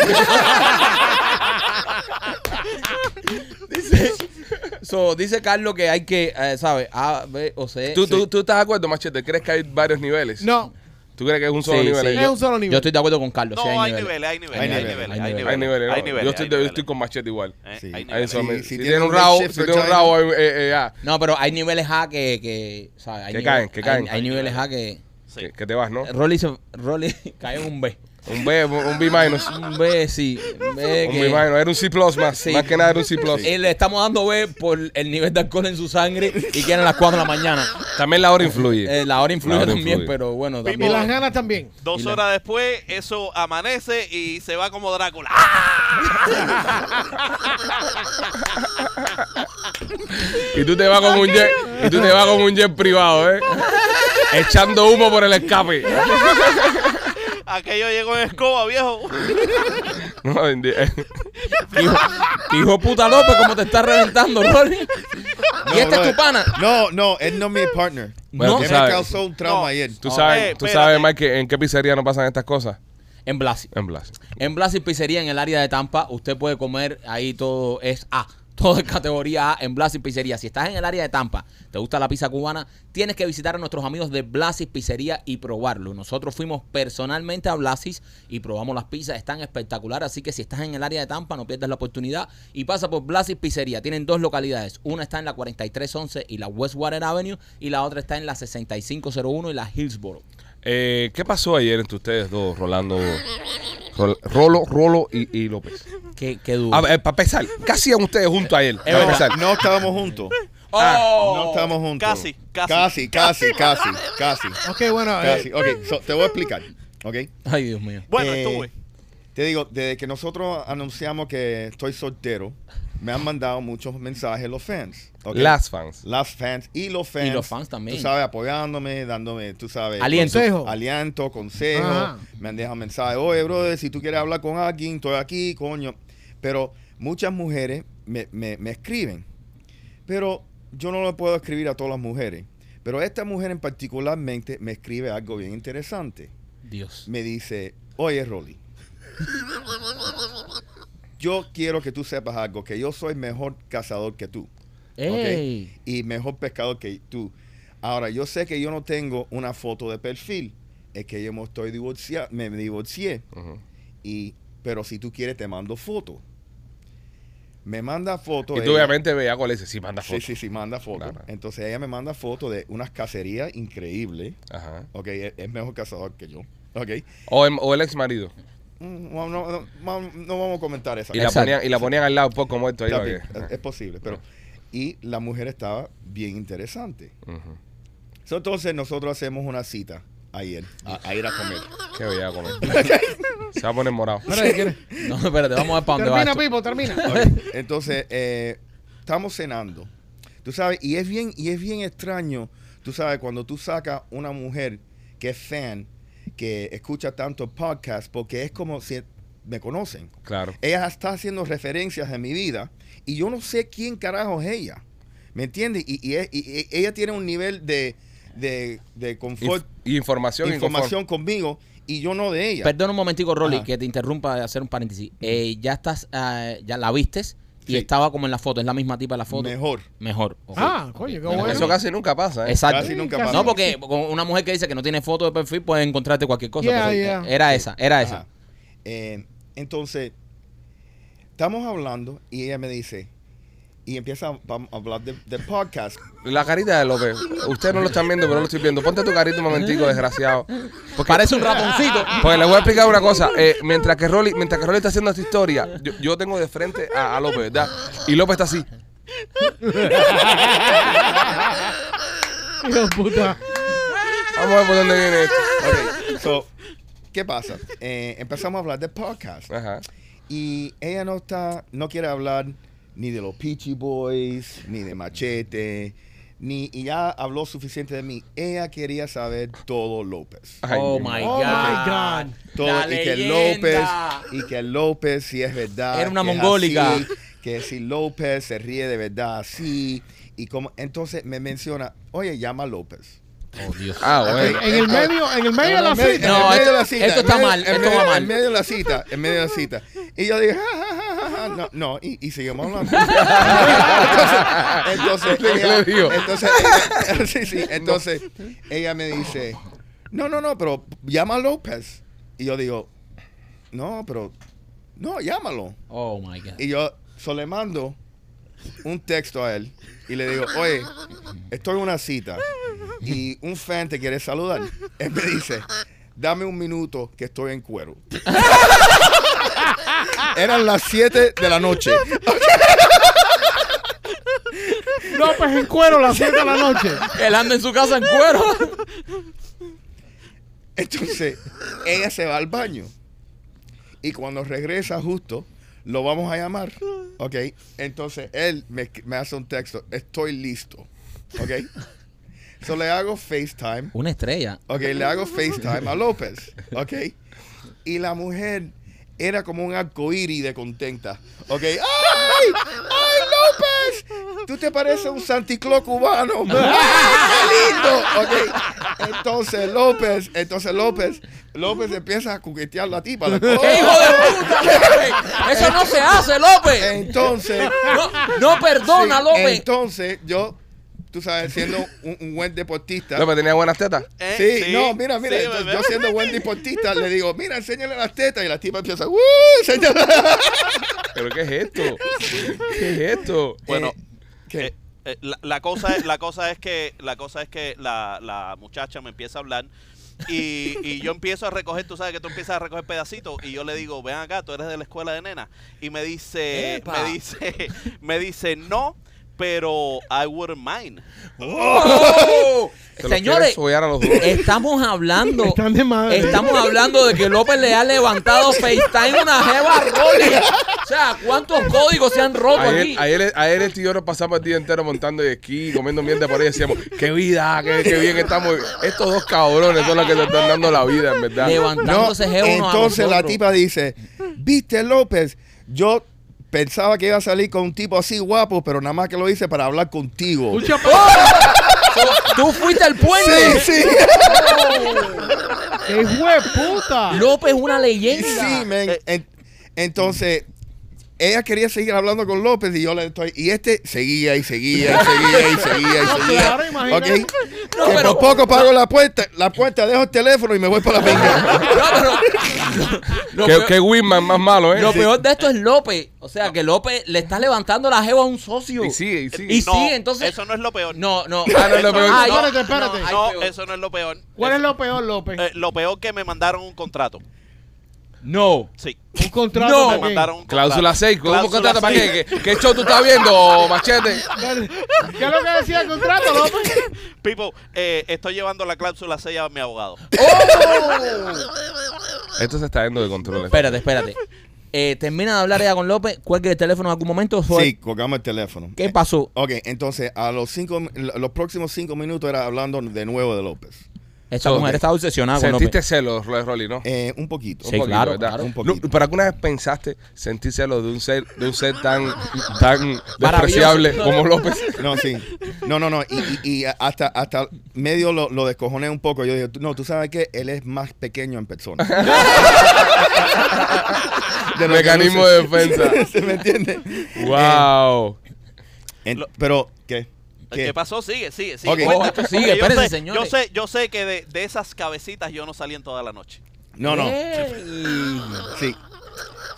So, dice Carlos que hay que, eh, ¿sabes? A, B o C.
¿Tú,
Sí.
tú, ¿Tú estás de acuerdo, Machete? ¿Crees que hay varios niveles?
No,
¿Tú crees que es un solo
Sí,
nivel?
sí,
ahí?
Es
yo-
un solo nivel.
Yo estoy de acuerdo con Carlos.
No,
sí,
hay niveles, hay niveles, hay niveles, hay niveles.
Hay niveles, ¿no?
hay niveles,
Yo estoy,
hay
yo
niveles.
estoy con Machete igual.
Eh,
Sí.
hay
Ahí
Ahí
niveles.
sí,
son- si,
si tiene
tiene un
un
rabo, si
Sheffield
tiene un
Giant.
rabo, eh, eh, eh, ah,
No, pero hay niveles A que, que ¿sabes? Hay
Que
nive-
caen, que
hay-
caen.
Hay, niveles A que...
Sí.
que, que te vas, ¿no?
Rolly, se, Rolly [LAUGHS] cayó en un B.
Un B, un B minus.
Un B, sí. Un B
Un
que-
B minus. Era un C plus más.
Ah. Sí.
Más que nada era un C plus.
Eh, le estamos dando B por el nivel de alcohol en su sangre y que eran las 4 de la mañana.
También la hora influye.
Eh, la hora influye
La hora
también,
influye.
pero bueno,
Y
también...
las ganas también.
Dos
Y la-
horas después, eso amanece y se va como Drácula. [LAUGHS] ¡Ah!
Y tú te vas con un jet. Y tú te vas con un jet privado, ¿eh? Echando humo por el escape.
Aquello llegó en escoba, viejo.
[LAUGHS] No, en di-
¿Qué hijo, qué hijo de puta López, ¿cómo te está reventando, Rolly?
No,
y esta es
brother.
tu pana.
No, no, él no es mi partner.
Bueno,
No,
tú
me
sabes.
causó un trauma
No.
ayer.
Tú
Oh,
sabes,
eh,
tú
espérate.
sabes Mike, que en qué pizzería no pasan estas cosas.
En Blasi.
En Blas.
En Blasi Pizzería, en el área de Tampa, usted puede comer, ahí todo es A. Todo es categoría A en Blasi Pizzería. Si estás en el área de Tampa, te gusta la pizza cubana, tienes que visitar a nuestros amigos de Blasi Pizzería y probarlo. Nosotros fuimos personalmente a Blasis y probamos las pizzas, están espectaculares. Así que si estás en el área de Tampa, no pierdas la oportunidad y pasa por Blasis Pizzería. Tienen dos localidades. Una está en la 4311 y la Westwater Avenue y la otra está en la 6501 y la Hillsborough.
Eh, ¿Qué pasó ayer entre ustedes dos, Rolando? Rol- Rolo, Rolo y, y López.
Qué, qué duro.
A ver, para empezar, ¿qué hacían ustedes junto a él?
No,
Para empezar.
no estábamos
[LAUGHS]
juntos. Ah,
¡Oh!
No estábamos juntos.
Casi, casi.
Casi, casi, casi, casi.
Ok, bueno. eh,
casi. Ok, so, te voy a explicar. Ok.
Ay, Dios mío.
Bueno,
Eh,
estuve.
Te digo, desde que nosotros anunciamos que estoy soltero, me han mandado muchos mensajes los fans. ¿ok?
Las fans.
Las fans y los fans.
Y los fans también.
Tú sabes, apoyándome, dándome, tú sabes.
Aliento.
Consejo.
Aliento, consejo.
Ajá.
Me han dejado mensajes. Oye, brother, si tú quieres hablar con alguien, estoy aquí, coño. Pero muchas mujeres me, me- me escriben. Pero yo no le puedo escribir a todas las mujeres. Pero esta mujer en particularmente me escribe algo bien interesante
Dios.
me dice, oye Rolly, yo quiero que tú sepas algo, que yo soy mejor cazador que tú ¿ok?
Ey.
y mejor pescador que tú. Ahora, yo sé que yo no tengo una foto de perfil, es que yo me estoy divorcia me divorcié,
Ujú.
y, pero si tú quieres te mando foto. Me manda foto.
Y tú
ella-
obviamente veías cuál dice, sí, manda
Sí,
fotos.
sí, sí, manda foto.
Claro.
Entonces ella me manda foto de unas cacerías increíbles.
Ajá.
Ok, es, es mejor cazador que yo. Ok.
O, em- o el ex marido.
Mm, No, no, no, no, no vamos a comentar esa.
Y la,
Exacto.
ponían, y la ponían al lado un poco muerto ahí.
Está
para
bien,
que-
es, es posible, pero... Y la mujer estaba bien interesante.
Ujú.
So, entonces nosotros hacemos una cita ayer,
[LAUGHS]
a, a ir a comer.
ah, Qué bella comer. Se va a poner morado.
espérate, ¿quieres?
No, espérate, vamos a ver para dónde va.
Termina,
esto.
Pipo, termina.
Ok, Entonces, eh, estamos cenando. Tú sabes, y es bien, y es bien extraño, tú sabes, cuando tú sacas una mujer que es fan, que escucha tanto podcast, porque es como si me conocen.
Claro.
Ella está haciendo referencias en mi vida y yo no sé quién carajo es ella. ¿Me entiendes? Y, y es- y- y ella tiene un nivel de, de, de confort,
Inf- y información. y
información conmigo y yo no de ella.
Perdona un momentico, Rolly,
Ajá.
que te interrumpa de hacer un paréntesis. Eh, ya estás, eh, ya la vistes y
Sí.
estaba como en la foto. Es la misma tipa de la foto.
Mejor.
Mejor. ok.
Ah, coño, qué
confort.
bueno.
Eso casi nunca pasa. ¿eh?
Exacto.
Casi nunca
casi.
pasa.
No, porque con una mujer que dice que no tiene foto de perfil puede encontrarte cualquier cosa.
Yeah,
pero, eh,
yeah.
Era esa, era
Ajá.
esa.
Eh, entonces, estamos hablando y ella me dice, y empieza a, vamos a hablar del del podcast.
La carita de López. Ustedes no lo están viendo, pero lo estoy viendo. Ponte tu carita un momentico, desgraciado. Porque,
Parece
[LAUGHS]
un ratoncito.
porque les voy a explicar una cosa. Eh, mientras que Rolly, mientras que Rolly está haciendo esta historia, yo, yo tengo de frente a, a López, ¿verdad? Y López está así.
Hijo de puta.
Vamos a ver por dónde viene esto.
Ok, so, ¿qué pasa? Eh, empezamos a hablar del podcast.
Ajá.
Y ella no está, no quiere hablar ni de los Peachy Boys, ni de Machete, ni y ya habló suficiente de mí. Ella quería saber todo López.
Ay,
oh,
mi
my
madre.
Oh,
God.
my God.
Todo,
La
y que López,
leyenda.
y que López sí es verdad.
Era una
que es
mongólica.
así, que si López se ríe de verdad así. Y como, entonces me menciona, oye, llama a López.
Oh, Dios.
Ah, bueno.
En el medio, en el medio de la
En el
cita.
No,
medio
esto-
de la cita,
esto
en
está
medio-
mal,
en
esto
medio-
va mal.
En medio de la cita, en medio de la cita. Y yo dije, ja, ja, ja, ja, ja. no, no, y, y seguimos hablando.
[LAUGHS]
entonces, entonces,
¿Qué le dijo?
entonces, [LAUGHS] ella, sí, sí, entonces ella me dice, no, no, no, pero llama a López. Y yo digo, no, pero, no, llámalo.
Oh, my God.
Y yo so, le mando un texto a él y le digo, oye, estoy en una cita y un fan te quiere saludar. Él me dice, dame un minuto que estoy en cuero. Eran las 7 de la noche.
López en cuero a las 7 de la noche.
Él anda en su casa en cuero.
[LAUGHS] Entonces, ella se va al baño. Y cuando regresa justo, lo vamos a llamar. ¿Ok? Entonces, él me, me hace un texto. Estoy listo. ¿Ok? So le hago FaceTime.
Una estrella.
Ok, le hago FaceTime a López. Ok. Y la mujer era como un arcoíris de contenta. ¿Ok? ¡Ay! ¡Ay, López! Tú te pareces un santicló cubano. [LAUGHS] ¡Ay, ¡Qué lindo! ¿Ok? Entonces López, entonces López, López empieza a coquetear la tipa. La-
¡Qué hijo de puta, López! Eso no se hace, López.
Entonces,
No, no perdona,
sí,
López.
entonces yo, tú sabes, siendo un, un buen deportista.
López tenía buenas tetas.
Eh,
Sí, no, mira, mira.
sí,
entonces,
bebé.
yo siendo buen deportista le digo, mira, enséñale las tetas. Y la tipa empieza, ¡Uy! señala".
[LAUGHS]
¿Pero qué es esto? ¿Qué es
[LAUGHS]
esto?
Bueno,
Eh, ¿qué?
Eh, eh, la, la cosa es, la cosa es que la cosa es que la, la muchacha me empieza a hablar y, y yo empiezo a recoger, tú sabes que tú empiezas a recoger pedacitos y yo le digo, ven acá, tú eres de la escuela de nena y me dice,
Epa.
me dice, [LAUGHS] me dice no, pero I wouldn't mind.
¡Oh!
se los quiere
Señores,
follar a
[LAUGHS]
los dos.
estamos hablando.
Están de madre.
Estamos hablando de que López le ha levantado FaceTime una jeva a Rolly. O sea, ¿cuántos códigos se han roto aquí?
Ayer, ayer, ayer el tío nos pasamos el día entero montando de esquí, comiendo mierda por ahí. Decíamos, qué vida, qué, qué bien estamos. Estos dos cabrones son los que nos están dando la vida, en verdad.
No,
Levantándose jeva uno a
entonces la
nosotros.
tipa dice, viste López, yo pensaba que iba a salir con un tipo así guapo, pero nada más que lo hice para hablar contigo.
Un chapa-
¡Oh! Tú fuiste al
Sí,
puente.
sí.
¡Qué hijo de puta!
López es una
Y
leyenda.
sí, men.
Eh.
En- entonces, ella quería seguir hablando con López y yo le estoy. Y este seguía y seguía y seguía y seguía
[LAUGHS]
y
No,
seguía.
claro, imagínate.
Ok.
No,
que
pero-
por poco pago la puerta, la puerta, dejo el teléfono y me voy
[LAUGHS]
para la pinga.
No, pero- lo,
Qué,
peor,
qué Winman más malo, ¿eh?
lo peor de esto es López. O sea, que López le está levantando la jeva a un socio.
Y sigue, y sigue.
Y
No,
sí, entonces-
eso no es lo peor.
No, no.
Ah, no, lo peor-
Ay,
Espérate, espérate.
no, ay,
No,
peor.
eso no es lo peor.
¿Cuál es
Eso-
lo peor, López?
eh, lo peor que me mandaron un contrato.
No.
Sí.
un contrato
no,
Me
también.
mandaron un
Cláusula 6, ¿cómo
Cláusula
contrata para
seis.
qué? ¿Qué, qué show tú estás viendo, machete?
Dale. ¿Qué es lo que decía el contrato, López?
People, eh, estoy llevando la cláusula 6 a mi abogado.
Esto se está yendo de control.
Espérate, espérate. Eh, termina de hablar ella con López. Cuelgue el teléfono en algún momento. fue-
Sí, colgamos el teléfono.
Pues, ¿Qué pasó?
Ok, entonces a los cinco, los próximos cinco minutos era hablando de nuevo de López.
Esta
So,
mujer
ok.
estaba obsesionada con
Sentiste
López.
celos, Roy Rolly, ¿no?
Eh, un poquito.
Un
Sí, claro,
¿verdad?
claro.
Un poquito.
No, ¿Pero alguna vez pensaste sentir celos de un ser, de un ser tan, tan
Maravilloso.
despreciable como López?
No, sí. No, no, no. Y, y- y hasta, hasta medio lo, lo descojoné un poco. Yo dije, "Tú- no, tú sabes que él es más pequeño
[LAUGHS]
en persona. De lo que
Mecanismo
luce.
de
[LAUGHS]
defensa.
¿Se me entiende?
¡Wow!
En- pero, ¿qué?
¿Qué, pasó? Sigue, sigue, sigue.
Ok.
Oh,
cuenta.
esto sigue,
Porque [LAUGHS] yo
espérense,
sé-
señores.
Yo sé, yo sé que de, de esas cabecitas yo no salí en toda la noche.
No, no.
Ey.
Sí.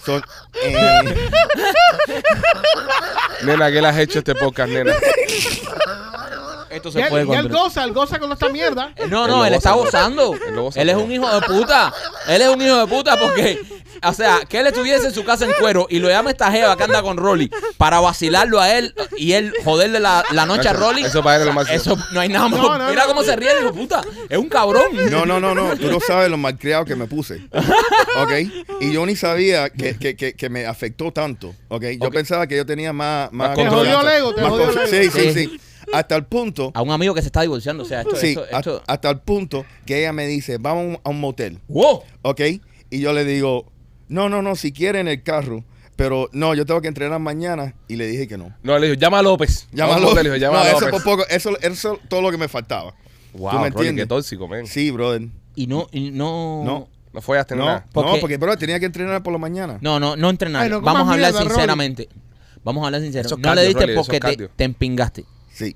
Son, eh,
Nena, ¿qué le has hecho a este podcast, nena?
Esto
Y
se puede
él, y él
controlar.
goza, él goza con esta mierda.
No,
Él
no,
lo
él está
goza todo.
gozando.
Él lo goza
Él es
todo.
un hijo de puta. Él es un hijo de puta porque, o sea, que él estuviese en su casa en cuero y lo llama esta jeva que anda con Rolly para vacilarlo a él y él joderle la, la noche a
Eso-
Rolly.
eso para él es lo máximo.
Eso no hay nada más.
No, no,
Mira
no.
cómo se ríe el hijo de puta. Es un cabrón.
no, no, no, no. Tú no sabes lo malcriado que me puse. ¿Ok? Y yo ni sabía que, que, que, que me afectó tanto. ¿Ok? Yo pensaba que yo tenía más... más
Te jodió
confianza,
el ego, te
más
jodió el
confi-
ego.
Sí, sí,
Sí.
sí. Hasta el punto...
A un amigo que se está divorciando. O sea, esto.
Sí,
esto,
hasta-
esto-
hasta el punto que ella me dice, vamos a un- a un motel,
¡Wow!
¿ok? Y yo le digo, no, no, no, si quiere en el carro, pero no, yo tengo que entrenar mañana. Y le dije que no.
No, le dijo, llama a López.
Llámalo.
Le dijo, llama
no,
a
eso
López.
por poco, eso, eso todo lo que me faltaba. ¿Tú me
Wow, Rolly,
entiendes?
qué tóxico, men.
Sí, brother.
Y no, y no.
No,
No follaste
no,
nada.
no,
Porque-
porque, bro, tenía que entrenar por la mañana.
No, no, no entrenar.
Ay, no comas
Vamos a hablar
mierda, Rolly.
sinceramente. Vamos a hablar sinceramente.
Eso es
no le
cardio,
diste
Rolly, eso es
porque te,
cardio.
te empingaste.
Sí.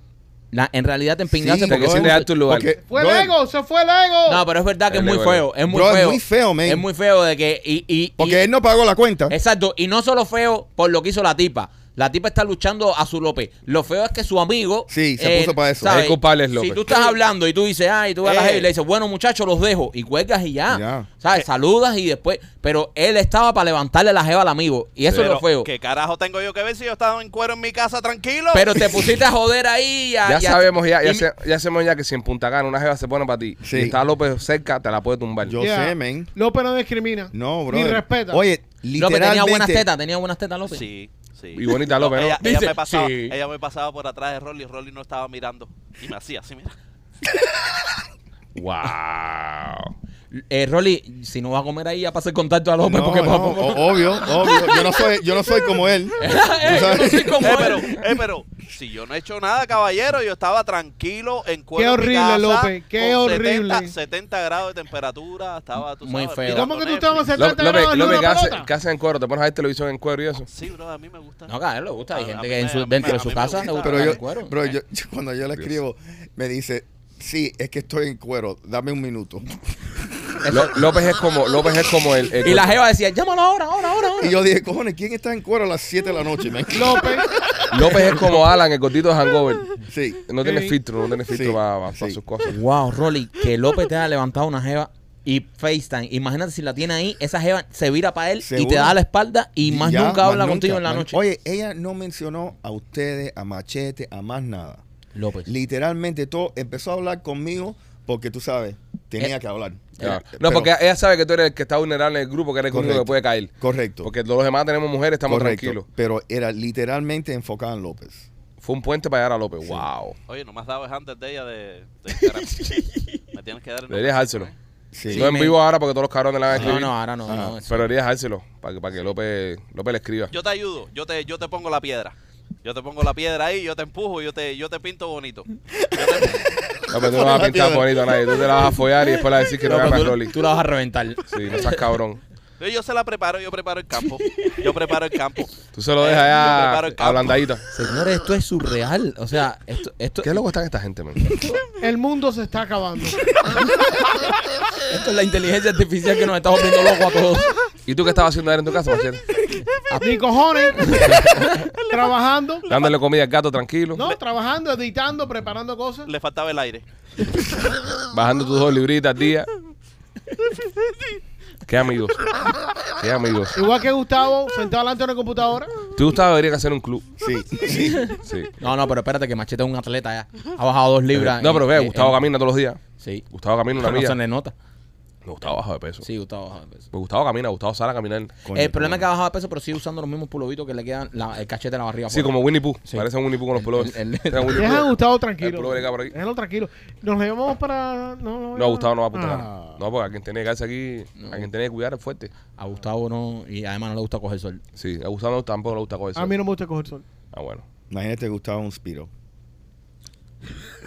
La- en realidad te empingaste
Sí,
Te
porque
brother.
quisiste dar tu lugar.
Porque,
¡Fue
brother,
el ego! ¡Se fue el ego!
No, pero es verdad que es
Dale,
muy
vale.
feo. Es muy
Bro, es
feo.
muy feo, man.
Es muy feo de que. Y, y,
Porque
y-
él no pagó la cuenta.
Exacto. Y no solo feo por lo que hizo la tipa. La tipa está luchando a su López. Lo feo es que su amigo. eh,
Sí, se puso pa' eso.
¿sabes?
El culpable es López.
Si tú estás hablando y tú dices, ay, tú vas a la
Eh.
jefa y le dices, bueno, muchachos, los dejo. Y cuelgas y ya.
Ya.
Eh.
¿Sabes? Saludas y después. Pero él estaba para levantarle la jeva al amigo. Y eso es
Pero,
lo feo.
¿Qué carajo tengo yo que ver si yo estaba en cuero en mi casa tranquilo?
Pero te pusiste a joder ahí. y a-
Ya
y a-
sabemos, ya, ya,
y-
se- ya sabemos ya que si en Punta Cana una jeva se pone para ti
Sí.
y está López cerca, te la puede tumbar.
Yo sé, man.
López no discrimina.
No, bro.
Ni respeta.
Oye,
López
literalmente.
tenía buenas tetas, tenía buenas tetas, López.
Sí, sí.
Y bonita López, ¿no?
ella, ella
Dice,
me pasaba,
sí.
ella me pasaba por atrás de Rolly, Rolly no estaba mirando. Y me hacía así, mira.
Wow.
Eh, Rolly, si no vas a comer ahí, ya pasa el contacto a López
No,
porque
no, o- obvio, obvio. Yo no soy, yo no soy como
[LAUGHS]
él.
Eh,
¿Tú
yo no
sabes?
soy como
Eh,
él.
pero, eh, pero, si yo no he hecho nada, caballero, yo estaba tranquilo en
Qué
cuero en mi
horrible,
casa,
López, qué
con
horrible.
70, 70 grados de temperatura, estaba, tú
Muy
sabes,
feo.
¿Y
mirando
cómo que tú
Netflix.
estabas a
Lo,
70
lo
grados
que, lo
en
que,
una
hace,
pelota?
que hace en cuero, te pones a ver televisión en cuero y eso.
Sí, bro, a mí me gusta.
No, claro, le gusta. Hay
A
gente
mí
que en
me-
su-
a mí me-
dentro de
a mí
su
me
casa le
gusta.
gusta
[LAUGHS] Pero
estar
yo,
en cuero.
pero yo- yo cuando yo le escribo, me dice, sí, es que estoy en cuero, dame un minuto.
Lo- López es como, López es como el, el-
Y la jeva decía, llámalo ahora, ahora, ahora. ahora".
Y yo dije, cojones, ¿quién está en cuero a las 7 de la noche? man?"
López.
López es como Alan, el gordito de Hangover.
Sí.
No tiene
Sí.
filtro, no tiene filtro
Sí,
para, para
sí.
sus cosas.
Wow, Rolly, que López te ha levantado una jeva y FaceTime. Imagínate si la tiene ahí, esa jeva se vira para él y
Seguro.
te da la espalda y más
ya,
nunca habla
más
contigo
nunca,
en la
más-
noche.
Oye, ella no mencionó a ustedes, a Machete, a más nada.
López.
Literalmente todo empezó a hablar conmigo porque tú sabes, tenía
Eh,
que hablar.
Ya.
Eh,
No,
pero-
porque ella sabe que tú eres el que está vulnerable en el grupo, que eres el único que
Correcto.
puede caer.
Correcto.
Porque todos los demás tenemos mujeres, estamos
correcto,
tranquilos.
Pero era literalmente enfocada en López.
Fue un puente para llegar a López. Wow.
Oye, no me has dado el handle de ella
[LAUGHS]
de, de Instagram. me tienes que dar el nombre.
Deberías dárselo.
Sí.
no en
me-
vivo ahora porque todos los cabrones la van a
No,
escribir.
no, ah, ahora no. no, eso.
Pero deberías dárselo para que, para que López, López le escriba.
Yo te ayudo, yo te, yo te pongo la piedra. Yo te pongo la piedra ahí, yo te empujo, yo te, yo te pinto bonito.
No, pero tú no vas a pintar bonito a nadie. Tú te la vas a follar y después la vas a decir que no,
López,
llamas
tú-
Rolly.
tú la vas a reventar.
Sí, no seas cabrón.
Yo, yo se la preparo, yo preparo el campo. Yo preparo el campo.
Tú se lo dejas
Eh, yo preparo
allá
el campo.
ablandadito.
Señores, esto es surreal. O sea, esto, esto,
¿Qué loco están esta gente, man?
El mundo se está
[LAUGHS]
acabando.
esto es la inteligencia artificial que nos está volviendo locos a todos.
¿Y tú qué estabas haciendo ayer en tu casa,
[LAUGHS]
Machete?
Ni
[LAUGHS]
cojones. [LAUGHS] trabajando.
Dándole comida al gato tranquilo,
No, trabajando, editando, preparando cosas.
Le faltaba el aire.
bajando tus dos libritas al
[LAUGHS]
día. Qué amigos. Qué amigos.
Igual que Gustavo, sentado delante de
[LAUGHS]
una computadora.
Tú, Gustavo, deberías hacer un club.
[LAUGHS]
Sí.
Sí.
No, no, pero espérate que Machete es un atleta ya. Ha bajado dos libras.
No, pero
vea,
ve, Gustavo camina todos los días.
Sí.
Gustavo camina una
eh, Pero no
milla.
se le nota.
No, Gustavo baja de peso.
Sí, Gustavo baja de peso.
Pues Gustavo camina, Gustavo sale a caminar.
Coño,
el problema es que
coño.
ha bajado de peso, pero sigue usando los mismos pulovitos que le quedan la- el cachete de la barriga.
Sí,
afuera.
como Winnie Pooh.
Sí.
Parece un Winnie Pooh con los pelos.
el- el-
Deja a Gustavo tranquilo.
pullover que hay por ahí.
Déjalo tranquilo. Nos llevamos para. No,
No, Gustavo no va a apuntar.
Ah.
No, porque a quien tiene que hacer aquí, a quien tiene que cuidar es fuerte.
A Gustavo no, y además no le gusta coger sol.
Sí, a Gustavo no- tampoco le gusta coger
A
sol.
mí no me gusta coger sol.
Ah, bueno.
Imagínate Gustavo un Spiro.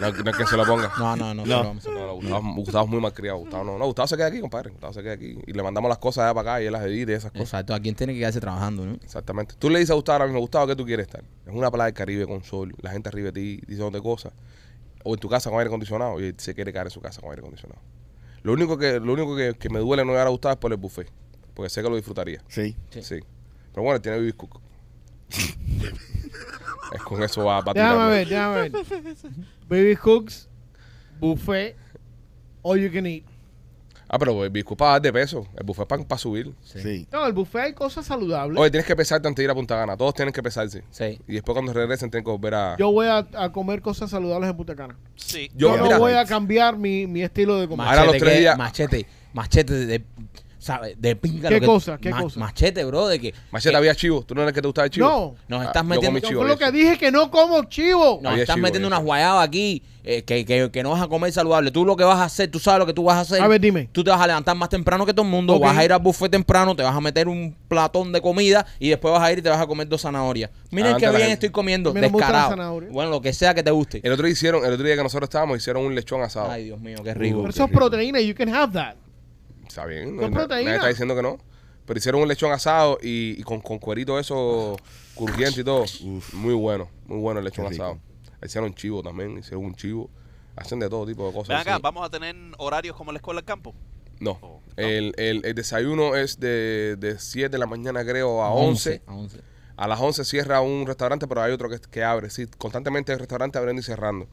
No, no es que se lo ponga.
No, no, no.
No.
solo vamos a-
No, no, Gustavo, Gustavo es muy malcriado. Gustavo no. No, Gustavo se queda aquí, compadre. Gustavo se queda aquí. Y le mandamos las cosas allá para acá y él las edita y esas cosas.
Exacto, a quien tiene que quedarse trabajando, ¿no?
Exactamente. Tú le dices a Gustavo ahora mismo, Gustavo, ¿qué tú quieres estar? Es una playa del Caribe con sol, la gente arriba de ti diciéndote cosas. O en tu casa con aire acondicionado. Y él se quiere quedar en su casa con aire acondicionado. Lo único que, lo único que, que me duele no llegar a Gustavo es por el buffet. Porque sé que lo disfrutaría.
Sí.
Sí. Pero bueno, tiene Vivis Cook. es con eso va a batir.
Déjame ver, déjame ver. Baby Cooks, buffet, all you can eat.
Ah, pero Vivis Cook para dar de peso. El buffet para subir.
Sí.
No, el buffet hay cosas saludables.
Oye, tienes que pesarte antes de ir a Punta Gana. Todos tienen que pesarse.
Sí.
Y después cuando regresen tienen que volver a...
Yo voy a, a comer cosas saludables en Punta Cana.
Sí.
Yo-
Yo, no
mira.
voy a cambiar mi, mi estilo de comer.
Ahora los tres
que-
días-
Machete, machete de, ¿sabe? de pinga.
¿Qué
lo que-
cosa? ¿Qué
ma-
cosa?
Machete, bro, de que
Machete, había chivo. ¿Tú no eres el que te gustaba el chivo? Ah,
No.
Nos estás
yo
metiendo-
comí
Yo
chivo,
fue lo
de
que
hecho.
dije que no como chivo.
nos
Había
estás
chivo,
metiendo
había
unas
chivo.
guayabas aquí eh, que, que, que no vas a comer saludable. Tú lo que vas a hacer, tú sabes lo que tú vas a hacer.
A ver, dime.
Tú te vas a levantar más temprano que todo el mundo,
Ok.
vas a ir al buffet temprano, te vas a meter un platón de comida y después vas a ir y te vas a comer dos zanahorias. Miren
Adelante
qué
la
bien
gente.
estoy comiendo,
A mí no me gustan las
descarado.
zanahorias.
Bueno, lo que sea que te guste.
El otro, día hicieron, el otro día que nosotros estábamos, hicieron un lechón asado.
Ay, Dios mío, qué rico.
Pero eso es proteína, you can have that.
Está bien.
Con
na-
proteína.
Nadie está diciendo que no. Pero hicieron un lechón asado y, y con, con cuerito eso crujiente y todo. Muy bueno. Muy bueno el lechón
Qué rico.
asado. Hicieron chivo también. Hicieron un chivo. Hacen de todo tipo de cosas.
Ven acá,
sí.
vamos a tener horarios como la escuela del campo.
No.
Oh, no.
El, el- el desayuno es de, de 7 de la mañana, creo, a 11.
A 11.
A las 11 cierra un restaurante, pero hay otro que, que abre. Sí, constantemente hay restaurantes abriendo y cerrando.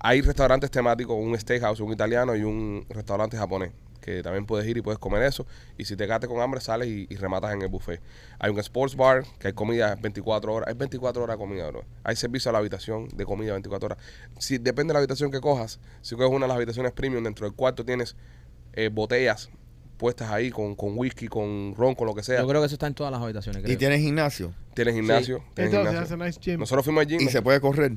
Hay restaurantes temáticos, un steakhouse, un italiano y un restaurante japonés, que también puedes ir y puedes comer eso. Y si te gates con hambre, sales y, y rematas en el buffet. Hay un sports bar, que hay comida 24 horas. Hay 24 horas de comida, bro. Hay servicio a la habitación de comida 24 horas. Si, depende de la habitación que cojas. Si coges una de las habitaciones premium, dentro del cuarto tienes eh, botellas puestas ahí con, con whisky, con ron, con lo que sea.
Yo creo que eso está en todas las habitaciones.
Y
creo.
tienes gimnasio.
Tienes gimnasio. Tienes
Entonces,
gimnasio.
that's a nice gym.
Nosotros fuimos al gym
Y se puede correr.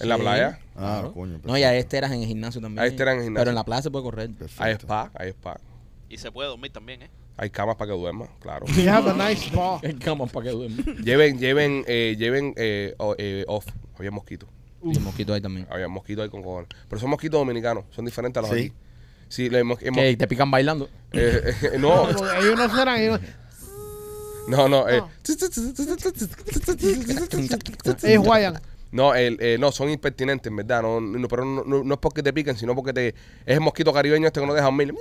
en la
Sí.
playa.
Ah,
Claro.
coño.
No, y hay esteras este en el gimnasio también.
Hay esteras en el gimnasio.
[LAUGHS] Pero en la plaza se puede correr.
perfecto.
Hay spa, hay spa.
Y se puede dormir también, ¿eh?
Hay camas para que duerma, claro. [LAUGHS]
You have a nice ball.
En cama para que duerma.
lleven, lleven, eh, lleven eh, o- eh, off. Había mosquitos.
Y [LAUGHS] el mosquito ahí también.
Había mosquitos ahí con cojones. Pero son mosquitos dominicanos. Son diferentes a los
Sí.
de aquí. Sí, le mos- eh, mos-
Que te pican bailando.
eh, [LAUGHS] eh, no,
Porque Ellos no serán. Ellos...
no, no. eh,
Es Guayan.
No, el, eh, no, son impertinentes, en verdad. No, no, pero no, no- no es porque te piquen, sino porque te, es el mosquito caribeño este que no deja dormir.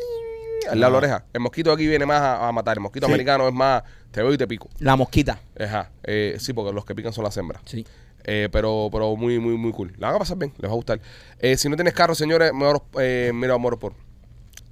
Al lado de la oreja. El mosquito de aquí viene más a, a matar. El mosquito
Sí.
americano es más, te veo y te pico.
La mosquita.
Ajá. Eh, sí, porque los que pican son las hembras.
Sí.
Eh, pero, pero muy, muy, muy cool. La van a pasar bien, les va a gustar. Eh, si no tienes carro, señores, mejor, eh, mira a Motorsport.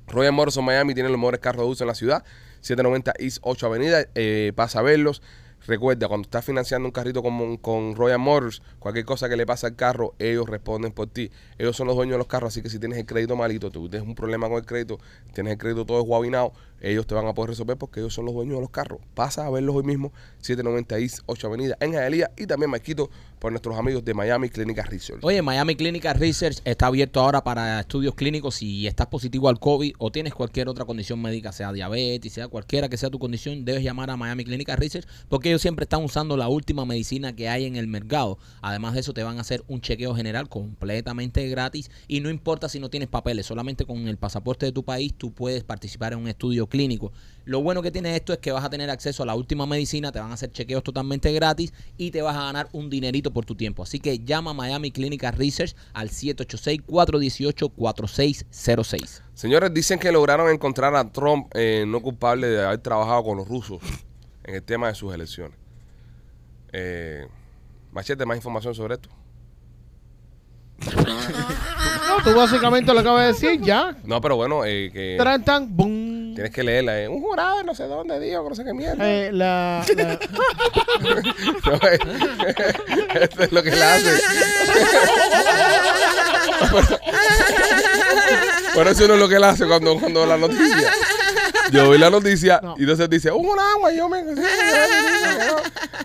Royal Motors of Miami tiene los mejores carros de uso en la ciudad. 790 East 8 Avenida. Eh, pasa a verlos. Recuerda, cuando estás financiando un carrito con, con Royal Motors, cualquier cosa que le pasa al carro, ellos responden por ti. Ellos son los dueños de los carros, así que si tienes el crédito malito, tú tienes un problema con el crédito, tienes el crédito todo guabinado, ellos te van a poder resolver porque ellos son los dueños de los carros. Pasa a verlos hoy mismo, 790 East 8 Avenida, en Jalía y también Maquito por nuestros amigos de Miami Clínica Research.
Oye, Miami Clinical Research está abierto ahora para estudios clínicos. Si estás positivo al COVID o tienes cualquier otra condición médica, sea diabetes, sea cualquiera que sea tu condición, debes llamar a Miami Clinical Research porque ellos siempre están usando la última medicina que hay en el mercado. Además de eso, te van a hacer un chequeo general completamente gratis y no importa si no tienes papeles, solamente con el pasaporte de tu país tú puedes participar en un estudio clínico. Lo bueno que tiene esto es que vas a tener acceso a la última medicina, te van a hacer chequeos totalmente gratis y te vas a ganar un dinerito por tu tiempo. Así que llama a Miami Clinical Research al 786-418-4606.
Señores, dicen que lograron encontrar a Trump eh, no culpable de haber trabajado con los rusos en el tema de sus elecciones. Eh, machete, más información sobre esto.
No, tú básicamente lo acabas de decir, ya.
No, pero bueno, eh, que
Tran, tan, boom.
tienes que leerla. eh. Un jurado de no sé dónde dijo, que no sé qué mierda.
Eh, la, la-
No, eh, [LAUGHS] esto es lo que la hace. [LAUGHS] Pero eso no es lo que él hace cuando, cuando la noticia. Yo vi la noticia
No.
y entonces dice, hubo un agua y yo me...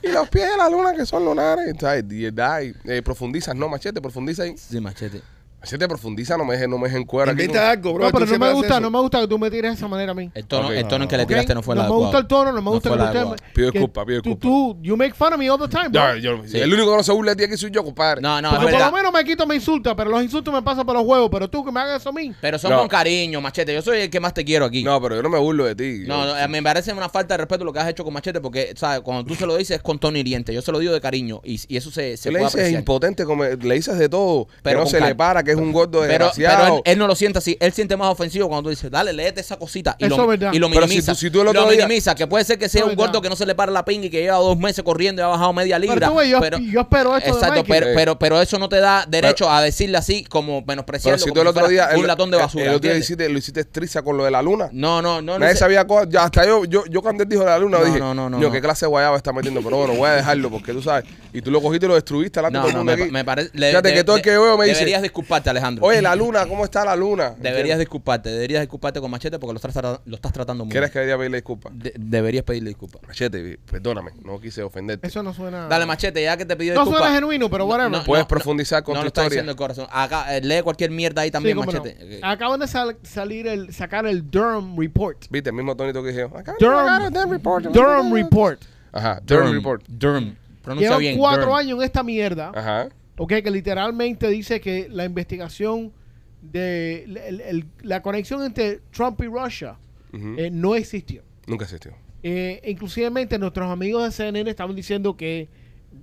Y los pies de la luna que son lunares. ¿sabes? Y, da, y, eh, profundizas, no, machete, profundiza ahí.
Sí, machete.
Machete, profundiza, no me dejes no me dejes en cuero. aquí
Inventa algo, bro.
no, pero
tú
no
siempre
me
haces
gusta,
eso.
no me gusta que tú me tires de esa manera a mí.
El tono,
Ok.
el tono en que le
¿Ok?
tiraste no fue la
me gusta el tono, no me gusta
fue
que
la
usted...
adecuada.
me-
Pido
que
disculpa, pido
tú-
disculpa.
Tú, you make fun of me all the time, bro.
con- Ya, yo-
Sí.
El único que no se burla de ti aquí soy yo, compadre.
No, no, es
Porque Pues por
verdad.
lo menos me quito, me insulta, pero los insultos me pasan por los huevos, pero tú que me hagas eso a mí.
Pero son
No.
con cariño, machete. Yo soy el que más te quiero aquí.
No, pero yo no me burlo de ti.
No,
Yo-
no, me parece una falta de respeto lo que has hecho con Machete, porque, ¿sabes? Cuando tú se lo dices es con tono hiriente. Yo se lo digo de cariño y, y eso se, se
Tú le
puede
dices
apreciar.
impotente, como- le dices de todo,
Pero
que no
con
se le
cal-
para, que es un gordo
Pero,
desgraciado.
pero él, él no lo siente así. Él siente más ofensivo cuando tú dices, dale, léete esa cosita. Y
Eso
lo,
es verdad.
Y lo
Pero si
minimiza.
tú- si tú el otro
lo
día-
minimiza, que puede ser que sea
Eso es
un gordo
verdad.
que no se le para la pinga y que lleva dos meses corriendo y ha bajado media libra.
Pero tú ves, yo, yo espero esto de
Exacto,
Mikey.
pero,
Eh.
pero, pero eso no te da derecho a decirle así como menospreciarlo
Pero si tú
como
el otro
fuera
día.
un
el-
latón de basura.
El otro día
¿entiendes?
hiciste, lo hiciste triza con lo de la luna.
No, no, no. no
Nadie
sé.
sabía cosas. Ya hasta yo, yo, yo cuando él dijo la luna,
No,
dije,
no, no, no,
"Ño,
no".
qué clase de guayaba está metiendo. Pero bueno, voy a dejarlo porque tú sabes. Y tú lo cogiste y lo destruiste delante de
No,
todo el
no,
mundo
me,
aquí.
me parece. le-
Fíjate
de-
que todo el
de-
que veo me dice,
Deberías disculparte, Alejandro.
oye, la luna, ¿cómo está la luna?
Deberías disculparte, deberías disculparte con Machete porque lo estás, tra- lo estás tratando muy
¿Quieres
mal.
que debería pedirle disculpas?
De- deberías pedirle disculpas.
Machete, perdóname, no quise ofenderte.
Eso no suena.
Dale, Machete, ya que te pidió
Ah. No
disculpas.
suena genuino, pero whatever.
no,
Puedes profundizar con
no
tu
lo está
historia.
diciendo el corazón. Acá, eh, lee cualquier mierda ahí
Sí,
también,
cómo no. Ah.
Machete. Eh,
Acaban de sal- salir el, sacar el Durham Report.
Viste, el mismo tonito que dije. "Acá no
Durham,
sacaron Durham Report.
Durham Report.
Ajá, Durham
Durham,
Report.
Durham. Pronuncia
Llevan
bien.
cuatro
Durham.
años en esta mierda.
Ajá.
Ok, que literalmente dice que la investigación de el- el- la conexión entre Trump y Russia
Ujú.
eh, no existió.
Nunca existió.
Eh, inclusivemente nuestros amigos de CNN estaban diciendo que,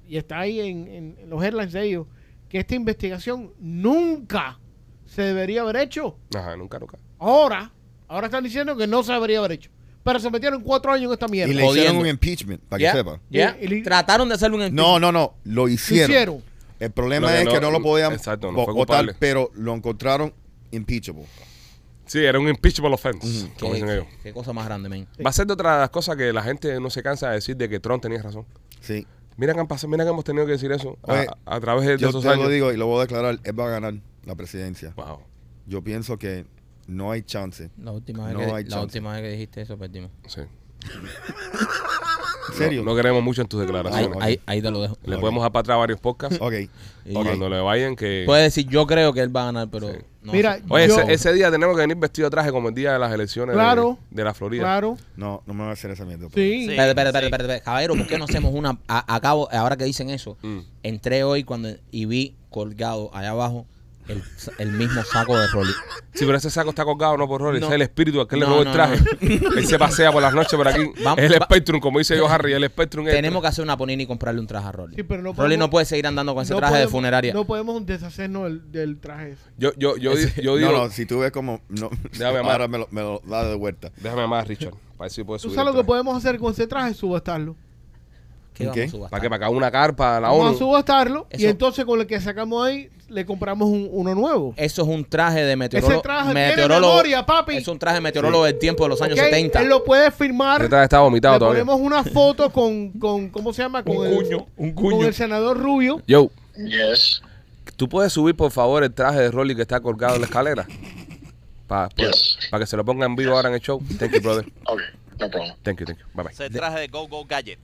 y está ahí en, en- en los headlines de ellos, que esta investigación nunca se debería haber hecho.
Ajá, nunca, nunca.
Ahora, ahora están diciendo que no se debería haber hecho. Pero se metieron cuatro años en esta mierda.
Y le hicieron
Jodiendo.
un impeachment, para
Ya,
que sepa.
ya.
Y- y-
Trataron de hacerle un
[LAUGHS]
No, no, no. Lo hicieron.
Hicieron.
El
Lo
problema
que
es que
no-
no lo podían
exacto, no
vo-
fue
votar,
culpable.
pero lo encontraron impeachable.
Sí, era un impeachable offense, como dicen
¿Qué,
ellos.
qué cosa más grande, men.
Va a ser de otra de las cosas que la gente no se cansa de decir de que Trump tenía razón.
Sí.
Mira que, han pasado, mira que hemos tenido que decir eso a,
Oye,
a- a través de, de
Yo
esos
te lo
años.
digo y lo voy a declarar, él va a ganar la presidencia.
Wow.
Yo pienso que no hay chance.
La última, pues,
vez No que- hay la chance. última
vez que dijiste eso, perdimos.
Sí.
serio.
No queremos mucho en tus
Ahí,
declaraciones.
ahí, ahí te lo dejo.
Le podemos dar para atrás varios podcasts.
Ok.
Y
ok.
cuando le vayan que...
Puede decir, yo creo que él va a ganar, pero.
Sí.
no
Mira,
sé.
Oye,
yo,
ese, ese día tenemos que venir vestido de traje como el día de las elecciones de-
Claro.
de, la Florida.
claro,
No, no me va a hacer esa mierda. pues. por
sí.
Sí.
Espérate, espérate, espérate, espérate. Caballero, ¿por qué no hacemos una? a- acabo, ahora que dicen eso,
Mm.
entré hoy cuando y vi colgado allá abajo el, el mismo saco de Rolly.
Sí, pero ese saco está colgado no por Rolly,
No.
ese es el espíritu al que le
No,
robó el
no,
traje. Él se pasea por las noches por aquí.
Vamos,
es el
va-
Spectrum, como dice yo Harry, el Spectrum es-
Tenemos que hacer una ponina y comprarle un traje a Rolly.
Sí, pero no
Rolly
podemos-
no puede seguir andando con ese
No
traje de
podemos-
funeraria.
No podemos deshacernos del, del traje ese.
Yo, yo, yo, di- yo
No,
digo...
no, si tú ves como. No, [LAUGHS]
Déjame amar.
ahora me lo, me lo da de vuelta.
Déjame más, Richard, para ver si puedes
¿Tú
subir.
sabes
el
lo que
traje.
podemos hacer con ese traje? Subastarlo.
¿Qué vamos
¿Qué?
a subastar?
¿Para qué? ¿Para acá una carpa a la
Vamos a
ONU?
subastarlo y
Eso-
entonces con el que sacamos ahí le compramos un- uno nuevo.
Eso es un traje de meteorólogo.
Ese traje tiene
meteorólogo
memoria, papi.
Es un traje de meteorólogo del tiempo de los años
Ok,
70.
Él lo puede
Ese
firmar.
Este traje está vomitado
Le
todavía.
ponemos una foto con, con ¿cómo se llama? Con
Un
el,
cuño, un cuño.
Con el senador Rubio.
Yo,
Yes.
¿tú puedes subir, por favor, el traje de Rolly que está colgado en la escalera? Para
Yes.
que se lo pongan en vivo ahora en el show. Thank you, brother.
Okay. No problem.
Thank you, thank you. Bye bye.
Ese es el traje de Go Go Gadget.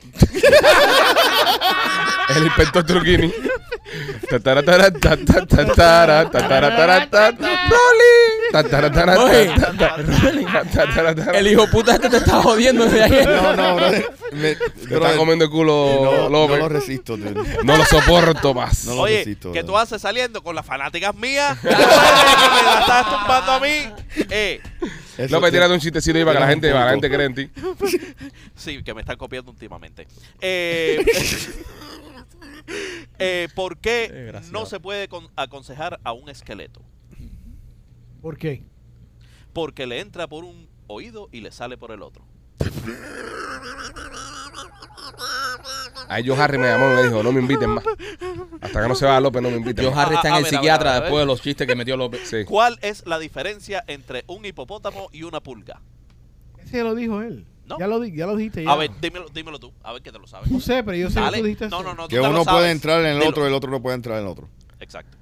El inspector Truquini. Tatarataratá, tatarataratá, tatarataratá, Rolly. Tatarataratá,
Oye.
tatarataratá, tatarataratá.
El hijo puta este te está jodiendo desde ayer.
[LAUGHS] No, no, bro. Me,
Te está comiendo el
no,
culo,
no
López.
lo resisto, dude.
No lo soporto más.
No lo
Oye,
necesito,
que
bro.
tú haces saliendo con las fanáticas mías. ¿Tú sabes que me la estás tumbando a mí. Eh,
Eso
López,
te-
tírate un chistecito ahí para que la gente, para que la gente cree en ti.
sí, que me están copiando últimamente. Eh, [LAUGHS] eh, ¿Por qué no se puede con- aconsejar a un esqueleto?
¿Por qué?
Porque le entra por un oído y le sale por el otro.
Ahí yo Harry me llamó y me dijo, no me inviten más. Hasta que no se va López, no me inviten
Yo
más.
Harry está en
Ah, ah,
el
a ver, a ver,
psiquiatra
a ver.
después de los chistes que metió López.
Sí.
¿Cuál es la diferencia entre un hipopótamo y una pulga?
Ese ya lo dijo él.
No.
Ya, lo, di- ya lo dijiste.
A
ya.
ver, dímelo, dímelo tú, a ver que te lo sabes.
No sé, pero yo sé que
Dale.
tú dijiste
No,
eso.
no, no, tú
Que
te lo
uno
sabes.
puede entrar en el
Dilo.
otro, el otro no puede entrar en el otro.
Exacto.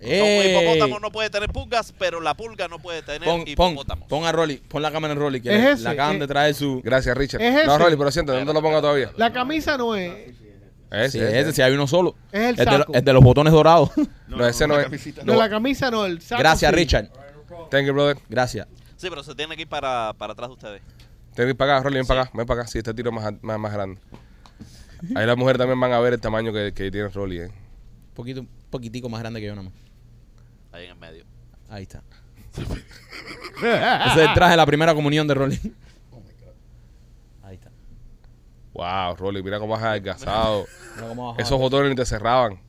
Eh,
No, un
¡Ey!
hipopótamo no puede tener pulgas, pero la pulga no puede tener
Pon, pon,
hipopótamos.
pon a Rolly, pon la cámara en Rolly, que
Es
le-
ese,
la acaban
eh.
de traer su...
Gracias, Richard.
Es ese.
No, Rolly, pero siéntate, no te lo ponga todavía.
La camisa no es.
Ese,
Sí,
ese.
ese, si hay uno solo.
Es el
de, lo-
saco.
el de los botones dorados.
No, ese no
la
es.
camisita.
No, la camisa no. El saco
Gracias,
sí.
Richard.
Thank you, brother.
Gracias.
Sí, pero se tiene que ir para, para atrás de ustedes.
Te ven para acá, Rolly, ven para acá, ven para acá. Sí, este tiro es más, más, más grande. Ahí las mujeres también van a ver el tamaño que, que tiene Rolly. eh.
Un poquito, un poquitico más grande que yo nada más.
Ahí en el medio.
Ahí está. Ese es el traje de la primera comunión de Rolly.
Oh
Ahí está.
Wow, Rolly, mira cómo has
[LAUGHS]
adelgazado.
Mira cómo baja.
Esos botones ni te cerraban.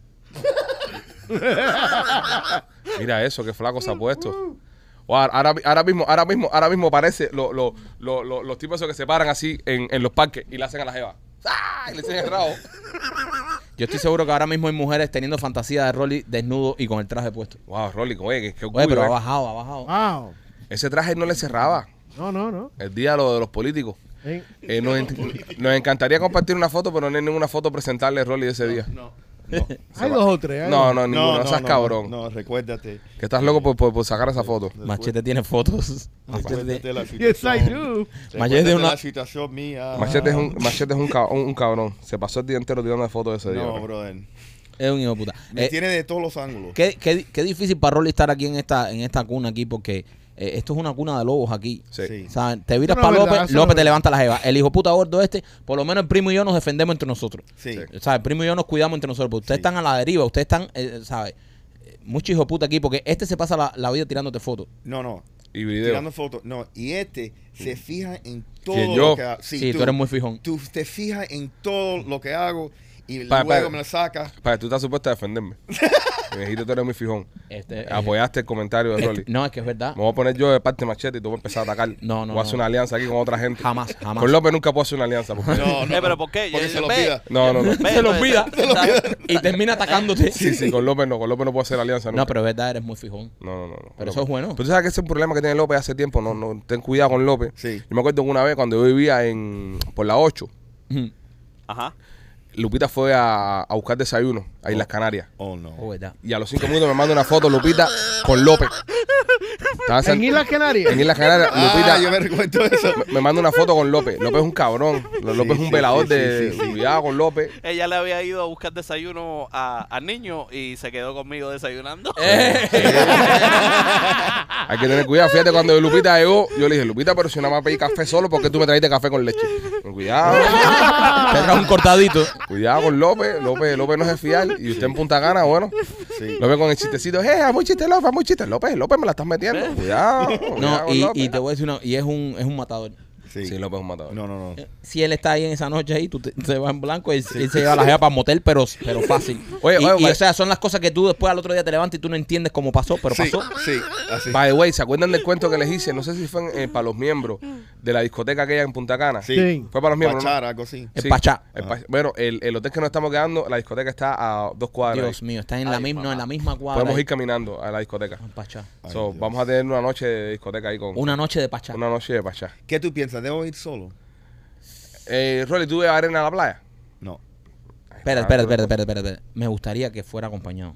[LAUGHS] Mira eso, qué flaco se ha puesto. Wow, ahora, ahora mismo, ahora mismo, ahora mismo parece lo- lo- lo- lo- los tipos esos que se paran así en, en los parques y le hacen a la jeva. ¡Ah! Y le hacen el rabo.
Yo estoy seguro que ahora mismo hay mujeres teniendo fantasía de Rolly desnudo y con el traje puesto.
Wow, Rolly, oye, qué, qué
Oye,
orgullo.
pero ha
eh.
bajado, ha
Ah,
bajado.
[LAUGHS] Wow.
Ese traje no le cerraba.
No, no, no.
El día lo de los políticos.
Eh,
Eh, nos, en- nos encantaría compartir una foto, pero no hay ninguna foto presentarle a Rolly de ese día. No,
Hay dos o tres. hay
no,
dos.
ninguno. No, seas cabrón.
No, recuérdate.
Que estás loco por, por- por sacar esa foto.
Machete tiene
[LAUGHS]
fotos. Machete,
Recuérdate la
Yes, I
situación.
do.
Machete
Machete
es una-
la situación mía.
Machete es, un, machete es un, ca- un- un cabrón. Se pasó el día entero tirando fotos de ese día.
No,
bro.
brother.
Eh,
es un hijo de puta.
Me
Eh,
tiene de todos los ángulos.
qué, qué, qué difícil para Rolly estar aquí en esta, en esta cuna aquí porque eh, esto es una cuna de lobos aquí.
Sí.
Sí.
O sea, te viras
Eso
para
no es verdad,
López,
eso no
López
es
te
verdad.
levanta la jeva. El hijo puta gordo este, por lo menos el primo y yo nos defendemos entre nosotros.
Sí.
O sea, el primo y yo nos cuidamos entre nosotros, porque ustedes
Sí.
están a la deriva, ustedes están, eh, ¿sabes? Eh, Mucho hijo de puta aquí, porque este se pasa la, la vida tirándote fotos.
No, no.
Y video.
Tirando fotos. No, y este se fija en todo
¿Quién,
lo
yo?
que ha-
Sí, tú eres muy fijón.
Tú te fijas en todo lo que hago y
Pa- pa-
luego me
[LAUGHS]
lo sacas.
Para, tú estás supuesto a [LAUGHS] defenderme. Me dijiste, tú eres muy fijón.
Este, eh,
Apoyaste el comentario de
este-
ah, pues, Rolly.
no, es que es verdad.
Me voy a poner yo de parte machete y tú vas a empezar a atacar.
No, no,
Voy a hacer
no.
una alianza aquí con otra gente.
Jamás, jamás.
Con López nunca puedo hacer una alianza.
[LAUGHS]
porque-
No,
Eh, pero ¿por qué?
Porque
Yo-
se lo
ve.
pida.
No, no, no.
Ve,
se lo
ve,
olvida.
ve, ve.
[LAUGHS] Y termina atacándote.
Sí, sí, con López no. Con López no puedo hacer alianza nunca.
No, pero es verdad, eres muy fijón.
No, no, no. no.
Pero eso es bueno.
Pero tú sabes que ese es un problema que tiene López hace tiempo. No, no, ten cuidado con López.
Sí.
Yo me acuerdo que una vez cuando yo vivía en por la 8,
Ujú.
Ajá.
Lupita fue a, a buscar desayuno ahí en las Canarias.
Oh, no.
Oh, verdad.
Y a los cinco minutos me manda una foto Lupita con López. Estaba
En
sent-
Islas Canarias.
en Islas Canarias.
Ah,
Lupita,
yo me recuerdo
[LAUGHS]
eso.
me- me manda una foto con López. López es un cabrón. López es un
sí,
velador
sí,
de
sí, sí, sí.
cuidado con López.
Ella le había ido a buscar desayuno a- al niño y se quedó conmigo desayunando.
Hay que tener cuidado. Fíjate, cuando Lupita llegó, yo le dije, Lupita, pero si nada más pedí café solo, ¿por qué tú me trajiste café con leche? Con Cuidado,
Te trajo un cortadito.
cuidado con López. López, López no es de fiar. Y usted en Punta Gana, bueno.
Sí.
López con el chistecito, eh, haz muy chiste, López, haz muy chiste. López, López, me la estás metiendo. Cuidado.
No,
cuidado con
y,
López.
y te voy a decir una. Y es un, es un matador.
Sí.
Sí, López es un matador.
No, no, no.
Si él está ahí en esa noche ahí, tú te, se vas en blanco y él, él se lleva la jeva para motel, pero,
[LAUGHS]
pero fácil.
Oye,
y,
oye,
y,
vale.
o sea, son las cosas que tú después al otro día te levantas y tú no entiendes cómo pasó, pero
Sí,
pasó.
Ah,
sí, así.
By the way, ¿se acuerdan del cuento que les hice? No sé si fue en- eh, para los miembros de la discoteca aquella en Punta Cana.
Sí.
Sí.
Fue para los miembros. ¿no? Eh,
Pachara, algo así.
El Pachá.
el Pachá. Bueno, el, el hotel que nos estamos quedando, la discoteca está a dos cuadras.
Dios mío, está en la misma, no, en la misma cuadra.
Podemos
ahí.
ir caminando a la discoteca.
Un Pachá.
Ay,
So,
Dios.
vamos a tener una noche de discoteca ahí con
Una noche de Pachá.
una noche de pachá.
¿Qué tú piensas? ¿Debo ir solo?
Eh, Rolly, ¿tú de arena a la playa?
No.
Espera,
Ah,
espera,
pero-
espera, espera, espera, espera. Me gustaría que fuera acompañado.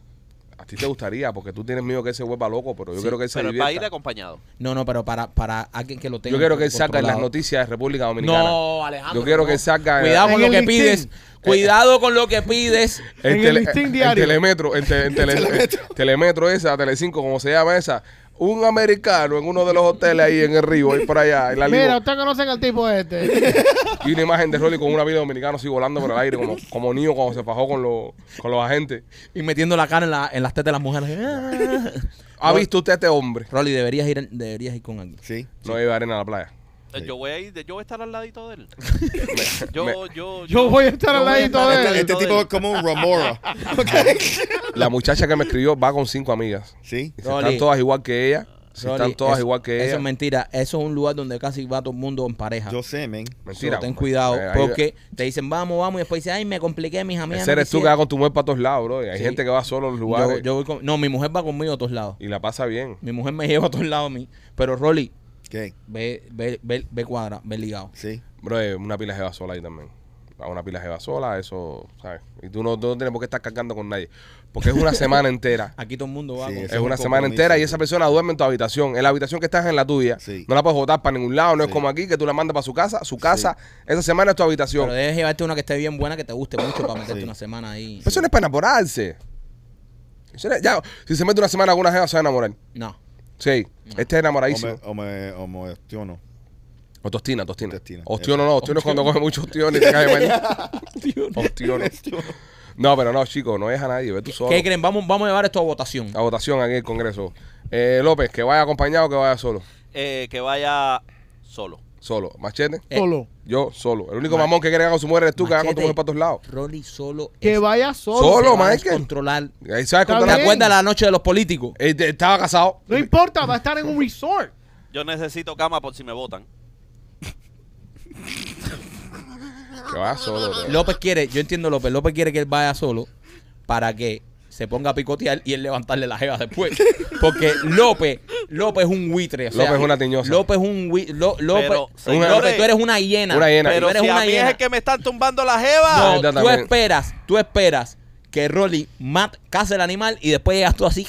A ti te gustaría, porque tú tienes miedo que él se vuelva loco, pero yo quiero que él se
Pero él va a ir
divierta.
acompañado.
No, no, pero para, para alguien que lo tenga.
Yo quiero que él salga en las
controlado.
noticias de República Dominicana.
No, Alejandro.
Yo quiero
no.
que salga.
Cuidado
En
con lo
el
que
listín.
pides. Cuidado con lo que pides.
En el listín diario.
telemetro, en,
[LAUGHS]
te- en tele- en [LAUGHS] telemetro esa, Telecinco, como se llama esa. Un americano en uno de los hoteles ahí en el río, ahí por allá, en la
Mira,
Ligo,
ustedes conocen al tipo este. [LAUGHS]
y una imagen de Rolly con un avión dominicano así volando por el aire, como, como niño cuando se fajó con, los con los agentes.
Y metiendo la cara en, la- en las tetas de las
[LAUGHS]
mujeres. Ah.
¿Ha visto usted a este hombre?
Rolly, deberías ir, en- deberías ir con alguien.
Sí.
No lleva arena a la playa.
Eh, Yo voy a ir, yo voy a estar al ladito de él. yo, yo,
Yo voy a estar al ladito de
Este,
él.
este tipo es como
[LAUGHS]
un Ramora.
La muchacha que me escribió va con cinco amigas.
[LAUGHS] Sí.
Y si
Rolly.
están todas igual que ella. Si
Rolly,
están todas
eso-
igual que
Eso
ella.
es mentira. Eso es un lugar donde casi va todo el mundo en pareja.
Yo sé, men.
mentira.
So, ten
hombre.
cuidado.
Eh, ahí-
porque te dicen vamos, vamos. Y después dicen, ay, me compliqué, mis amigas.
Ese
no
eres tú que vas
quisieron".
con tu mujer para todos lados, bro. Y hay
Sí.
gente que va solo a los
Yo-
lugares
yo voy con- No, mi mujer va conmigo a todos lados.
y la pasa bien.
Mi mujer me [LAUGHS] lleva a todos lados a mí. Pero Rolly,
¿Qué?
ve, ve, ve, ve cuadra, ve ligado.
Sí.
Bro, eh, una pila jeva sola ahí también. A una pila jeva sola, eso, ¿sabes? Y tú no, tú no tienes por qué estar cargando con nadie. Porque es una [LAUGHS] semana entera.
Aquí todo el mundo va
Sí,
con-
eso
Es una
un
semana
compromiso.
entera y esa persona duerme en tu habitación. En la habitación que estás en la tuya.
Sí.
No la puedes botar para ningún lado. No es
Sí.
como aquí que tú la mandas para su casa. Su casa, esa semana es tu habitación.
Pero debes llevarte una que esté bien buena, que te guste mucho
[COUGHS]
para meterte
Sí.
una semana ahí.
Eso no es para enamorarse. Eso no es- ya, si se mete una semana con una jeva, se va a enamorar.
No.
Sí. Este es
O me,
enamoradísimo.
o me, o me ostiono.
O tostina, tostina.
Tostina.
Ostiono no, ostiono es cuando coge mucho ostiono y te cae mal. Ostiono. No, pero no, chicos, no es a nadie, ve tú solo.
¿Qué creen? Vamos, vamos a llevar esto a votación.
A votación aquí en el Congreso. Eh, López, que vaya acompañado o que vaya solo.
Eh, que vaya solo.
Solo. Machete,
Eh,
Solo.
yo solo. El único
Ma-
mamón que quiere que haga con su mujer eres tú, que haga con tu
Machete,
mujer para todos lados.
Rolly solo.
Que
es-
vaya solo.
Solo.
se va a
Michael.
descontrolar.
Ahí sabes
Está
contar-
¿Te
Bien.
acuerdas la noche de los políticos?
Eh, de- estaba casado.
No importa, va a estar en un resort.
Yo necesito cama por si me votan.
Que vaya solo. bro.
López quiere, yo entiendo López, López quiere que él vaya solo para que se ponga a picotear y él levantarle las jevas después. Porque López, López es un buitre. o sea,
López es una tiñosa.
López es un buitre. López,
Pero,
López,
señores,
tú eres una hiena.
Una hiena.
Tú
Pero
eres
si
una
a mí
hiena.
es el que me están tumbando la jeva.
No,
Ah,
tú
también.
esperas, tú esperas que Rolly mate, caza el animal y después llegas tú así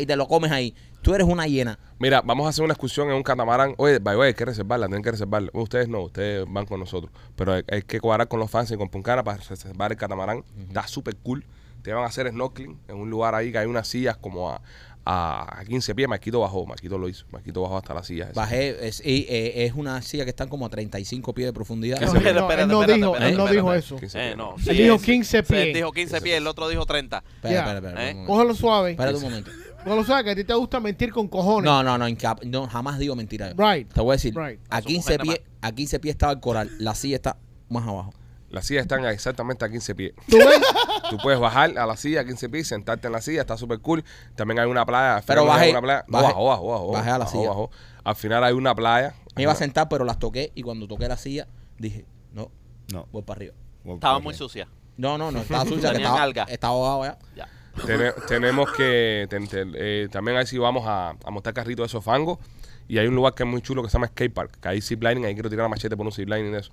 y te lo comes ahí. Tú eres una hiena.
Mira, vamos a hacer una excursión en un catamarán. Oye, by the way, hay que reservarla, tienen que reservarla. Bueno, ustedes no, ustedes van con nosotros. Pero hay, hay que cuadrar con los fans y con Puncana para reservar el catamarán. Está súper cool. Te van a hacer snorkeling en un lugar ahí que hay unas sillas como a, a 15 pies. Marquito bajó, Marquito lo hizo. Marquito bajó hasta las sillas. esas.
Bajé, es, y, eh, es una silla que están como a 35 pies de profundidad.
No,
se- espérate,
no, él
espérate,
no
espérate,
dijo,
espérate,
él no dijo
espérate.
eso.
¿Quién se
Eh,
quiere?
no.
Él dijo
es-
15
sí, él
pies.
dijo 15 pies, el otro dijo 30.
Ya.
Espera, espera, espera,
¿Eh?
un momento.
Cógelo suave.
Espérate un momento.
Cógelo suave, que a ti te gusta mentir con cojones.
No, no, no, incap- no, jamás digo mentira.
Right.
Te voy a decir,
Right.
a
Su
15
mujer nada
pies, a 15 pies estaba el coral, la silla está más abajo.
Las sillas están exactamente a 15 pies.
¿Tú ves?
[LAUGHS] Tú puedes bajar a la silla a 15 pies, sentarte en la silla, está súper cool. También hay una playa. al
Pero
final
bajé,
hay una playa. No,
bajé,
bajó, bajó, bajó.
bajé a la
bajó,
silla.
bajó. Al final hay una playa.
Me iba
Hay una-
a sentar, pero las toqué y cuando toqué la silla dije, no,
No.
voy para arriba.
Estaba muy sucia.
No, no, no,
[LAUGHS]
estaba sucia, que
Tenían
estaba,
alga.
estaba ahogado ya.
Ya.
Tene- tenemos que ten- ten- eh, también ahí si vamos a, a montar carrito de esos fangos Y hay un lugar que es muy chulo que se llama Skate Park, que hay zip lining, ahí quiero tirar la machete por un zip lining de eso.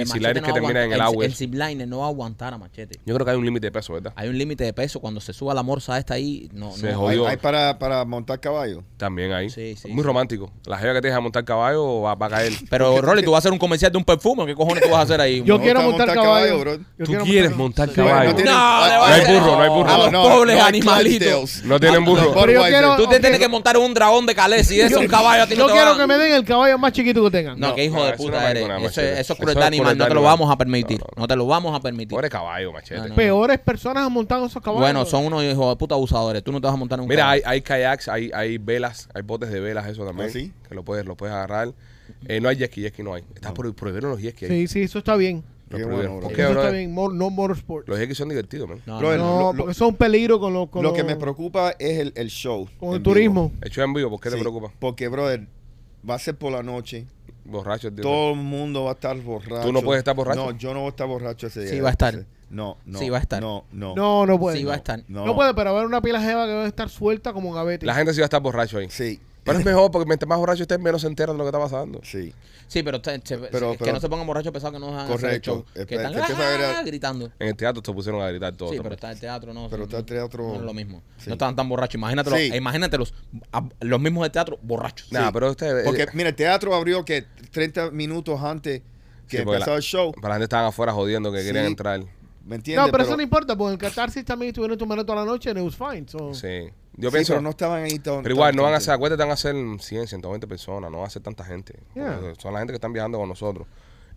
y
Machete
zip lining
no
que
va a
termina en el
aguantar-
agua.
El, el
eso.
zipliner no va a aguantar a Machete.
Yo creo que hay un límite de peso, ¿verdad?
Hay un límite de peso. Cuando se suba la morsa esta ahí, no.
Se jodió.
no.
Hay,
Jodido.
hay para, para montar caballo.
También ahí.
Sí, sí,
muy
sí.
romántico. La jeva que te deja montar caballo va, va a caer. [LAUGHS]
Pero, Rolly, tú vas a hacer un comercial de un perfume. ¿Qué cojones tú vas a hacer ahí?
Yo
No,
quiero
está
montar
montar
caballo,
caballo, bro.
Tú
Yo quiero
quieres
montar-
montar
Sí,
caballo.
no tiene-
No, le
No
va a
hay
hacer-
burro, no hay burro.
A los
Ah, No,
pobres
no hay
animalitos.
Clydesdales.
No tienen burro.
Pero yo quiero-
Tú te tienes que
Yo-
montar un dragón de calés
[LAUGHS]
y eso, un caballo. a ti
Yo
te
quiero
van-
que me den el caballo más chiquito que tengan.
No,
No,
que hijo
no,
de
eso es
puta
una
eres.
mariconada,
Eso,
machete.
es- eso es crueldad
Eso es
animal. No
crueldad
te lo
animal.
vamos a permitir.
No, no, no.
No te lo vamos a permitir.
Pobre caballo, machete.
No, no.
Peores personas han montado esos caballos.
Bueno, son unos hijos de puta abusadores. Tú no te vas a montar en un
Mira, hay,
caballo.
hay kayaks, hay, hay velas, hay botes de velas, eso también.
¿Ah, sí?
Que lo puedes, lo puedes agarrar. Eh, no hay jet ski, jet ski no hay. Está por prohibieron los jet ski. ahí.
Sí, sí, eso está bien.
Lo
Qué
prohibieron.
bueno,
¿Por
bro.
qué,
Eso
brother?
está bien. Mor- no motorsport.
Los jet ski son divertidos, man.
No,
Brother,
no.
No,
lo-
porque eso es un peligro con los. Con
Lo
los-
que me preocupa es el, el show.
Con
en
el
vivo.
turismo.
Hecho en vivo, ¿por qué te
Sí,
preocupa?
Porque, brother, va a ser por la noche.
Borracho, tío.
Todo el mundo va a estar borracho.
¿Tú no puedes estar borracho?
No, yo no voy a estar borracho ese día.
Sí, va a estar.
No, no.
Sí, va a estar.
No, no.
No, no puede.
Sí, va a estar.
No, puede, pero va a haber una pila jeva que va a estar suelta como un gavete.
La gente sí va a estar borracho ahí.
Sí,
Pero es mejor porque mientras más borracho estés, menos se enteran de lo que está pasando.
sí.
Sí, pero, te- te-
Pero-
que
pero-
no se pongan borrachos pesados que no dejan hacer el
Correcto.
show. Que
Espera,
están
que empieza a ver a-
"Ah", gritando.
En el teatro se pusieron a gritar todo.
Sí,
también.
pero está el teatro, no.
Pero
no-
está el teatro-
No es lo mismo.
Sí.
No estaban tan borrachos. Imagínatelo,
Sí.
Imagínatelos, a- los mismos de teatro borrachos.
Nah,
Sí.
pero este.
Porque, mira, el teatro abrió que 30 minutos antes que
Sí, porque
empezó
la-
el show.
Para la gente estaban afuera jodiendo que
Sí. Oh.
querían entrar.
¿Me entiendes?
no, pero, eso no importa, porque en Catarsis también estuvieron tomando toda la noche and it was fine. so-
Sí. Yo
sí,
pienso.
pero no estaban ahí tan-
Pero igual,
tan-
no van a
tan-
hacer, acuérdate, van a ser 100, 120 personas, no va a ser tanta gente.
Yeah.
Porque Son la gente que están viajando con nosotros.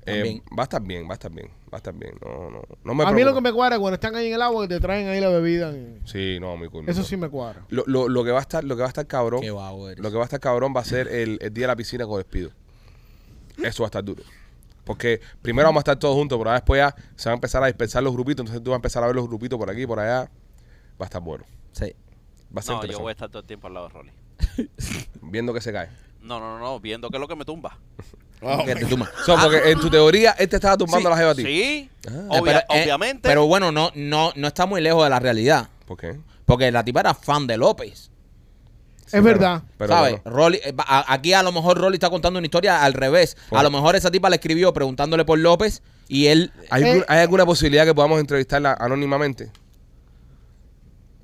Eh,
También.
va a estar bien, va a estar bien, va a estar bien. No, no, no me
a mí lo
preocupa.
que me cuadra es cuando están ahí en el agua que te traen ahí la bebida. y-
Sí, no, mi culpa.
Eso sí me cuadra.
Lo, lo, lo que va a estar, lo que va a estar cabrón,
Qué vago eres.
lo que va a estar cabrón va a ser el, el día de la piscina con despido. Eso va a estar duro. Porque primero vamos a estar todos juntos, pero ahora después ya se van a empezar a dispersar los grupitos, entonces tú vas a empezar a ver los grupitos por aquí, por allá. Va a estar bueno.
Sí. Eh,
Va a ser
No, yo
interesante.
voy a estar todo el tiempo al lado de Rolly.
viendo que se cae.
No, no, no, no, viendo qué es lo que me tumba.
Oh,
Que te tuman.
So, porque en tu teoría, él te estaba tumbando la jeva a ti.
Sí,
Eh,
obvia-
pero, eh,
obviamente.
Pero bueno, no, no, no está muy lejos de la realidad.
¿Por qué?
Porque la tipa era fan de López.
es verdad.
Pero
¿Sabes?
bueno.
Rolly, eh, va- a- aquí a lo mejor Rolly está contando una historia al revés.
Pues.
A lo mejor esa tipa le escribió preguntándole por López y él
¿Hay,
Eh.
algún- hay alguna posibilidad que podamos entrevistarla anónimamente?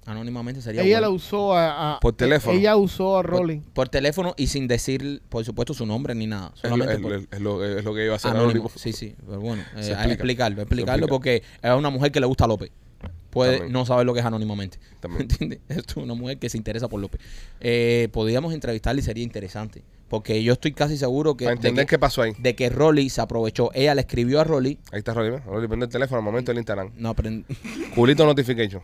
anónimamente sería
Ella
bueno.
la usó a, a-
Por teléfono.
Ella usó a
por,
Rolling.
por teléfono y sin decir, por supuesto, su nombre ni nada.
Es lo,
Solamente
es
por-
lo- es lo- es lo que iba a hacer
anónimo.
anónimo.
Sí, sí, pero bueno, eh,
Se
hay que
explica.
explicarlo,
Se
explicarlo
explica.
porque es una mujer que le gusta a López. Puede
También.
no saber lo que es anónimamente.
También.
[LAUGHS] ¿Entiendes? Es una mujer que se interesa por López. Eh, podríamos entrevistarla y sería interesante. Porque yo estoy casi seguro que,
Para entender
de, que
qué pasó ahí.
de que Rolly se aprovechó. Ella le escribió a Rolly.
Ahí está Rolly, ¿ves? Rolly, prende el teléfono al momento del Instagram.
No aprend- [LAUGHS]
Culito notification.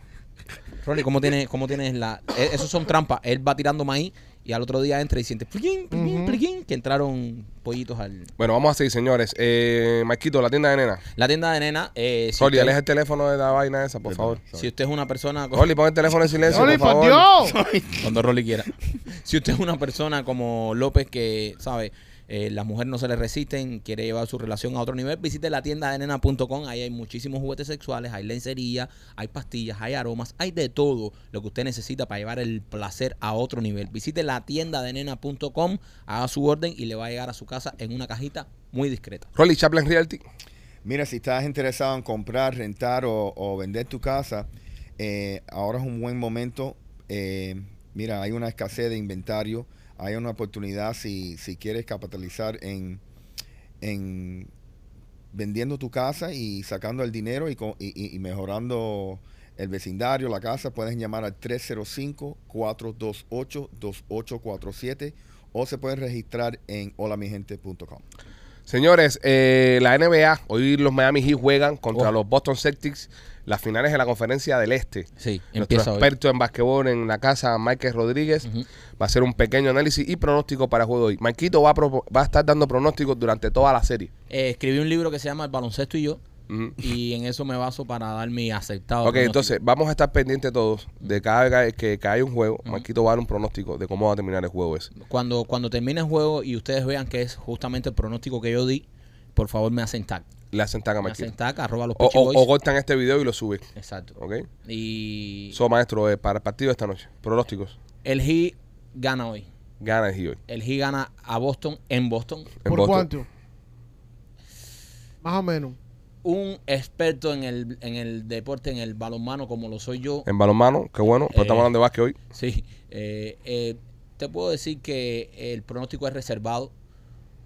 Rolly, ¿cómo tienes, cómo tienes la.? e- Esos son trampas. Él va tirando maíz y al otro día entra y siente. pliquín, pliquín, pliquín, que entraron pollitos al.
Bueno, vamos a seguir, señores. Eh, Marquito, la tienda de nena.
La tienda de nena. Eh, si,
Rolly,
usted,
aleja el teléfono de la vaina esa, por favor.
si usted es una persona. con-
Rolly, pon el teléfono en silencio, [LAUGHS]
¡Rolling,
por favor.
por Dios!
Cuando Rolly quiera. si usted es una persona como López que, sabe, eh, las mujeres no se le resisten, quiere llevar su relación a otro nivel, visite la tienda de nena.com. Ahí hay muchísimos juguetes sexuales, hay lencería, hay pastillas, hay aromas, hay de todo lo que usted necesita para llevar el placer a otro nivel. Visite la tienda de nena.com, haga su orden y le va a llegar a su casa en una cajita muy discreta.
Rolly, Chaplin Realty.
Mira, si estás interesado en comprar, rentar o, o vender tu casa, eh, ahora es un buen momento. Eh, mira, hay una escasez de inventario, hay una oportunidad si, si quieres capitalizar en, en vendiendo tu casa y sacando el dinero y, co- y- y- y mejorando el vecindario, la casa, puedes llamar al 305-428-2847 o se pueden registrar en holamigente.com.
Señores, eh, la NBA, hoy los Miami Heat juegan contra
Oh.
los Boston Celtics, las finales de la conferencia del Este.
Sí, empieza
Nuestro
hoy.
experto en basquetbol en la casa, Michael Rodríguez, va a hacer un pequeño análisis y pronóstico para el juego de hoy. Marquito va a, propo- va a estar dando pronósticos durante toda la serie.
Eh, escribí un libro que se llama El baloncesto y yo.
Ujú.
Y en eso me baso para dar mi aceptado.
Ok,
pronóstico.
entonces vamos a estar pendientes todos de cada vez que, que haya un juego. Marquito va a dar un pronóstico de cómo va a terminar el juego ese.
Cuando, cuando termine el juego y ustedes vean que es justamente el pronóstico que yo di, por favor me hacen tag.
Le hacen tag a
Me
Marquito.
hacen tag, arroba los
O,
Peachy
o-
Boys.
o cortan este video y lo suben.
Exacto.
¿Ok?
Y
So, maestro, eh, para el partido de esta noche, pronósticos.
el Heat gana hoy.
Gana el Heat hoy.
El Heat gana a Boston en Boston.
En
¿Por
Boston.
cuánto? Más o menos.
Un experto en el, en el deporte, en el balonmano, como lo soy yo.
En balonmano, qué bueno. Pero
Eh.
estamos hablando de básquet hoy.
Sí. eh, eh, te puedo decir que el pronóstico es reservado,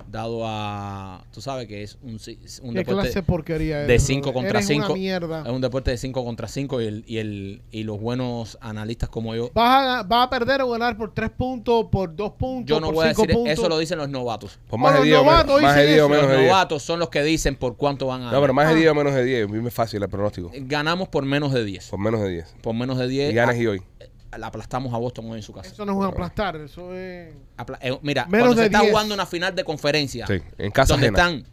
dado a. Tú sabes que es un, si- un
¿Qué clase de
deporte.
porquería eres,
de cinco
brother?
contra
Eres
cinco.
Una mierda.
Es un deporte de 5 contra 5 y, el, y, el, y los buenos analistas como yo.
Vas a, vas a perder o ganar por tres puntos, por dos puntos,
Yo no
por
voy a
cinco
decir,
puntos.
eso lo dicen los novatos.
Por más
Bueno,
de 10 o
los
menos,
novatos
más de
dicen
10 o
eso.
menos
Los ah.
de 10.
novatos son los que dicen por cuánto van a
No, pero
ganar.
más de 10 o menos de 10. Dime fácil el pronóstico.
Eh. Ganamos por menos de 10.
Por menos de 10.
Por menos de
Y
10.
ganas y hoy.
a- la aplastamos a Boston hoy en su casa.
Eso no es un aplastar, eso es...
Apla- eh, mira,
Menos
cuando se
de
está
10.
jugando una final de conferencia,
Sí, en casa
donde
ajena.
están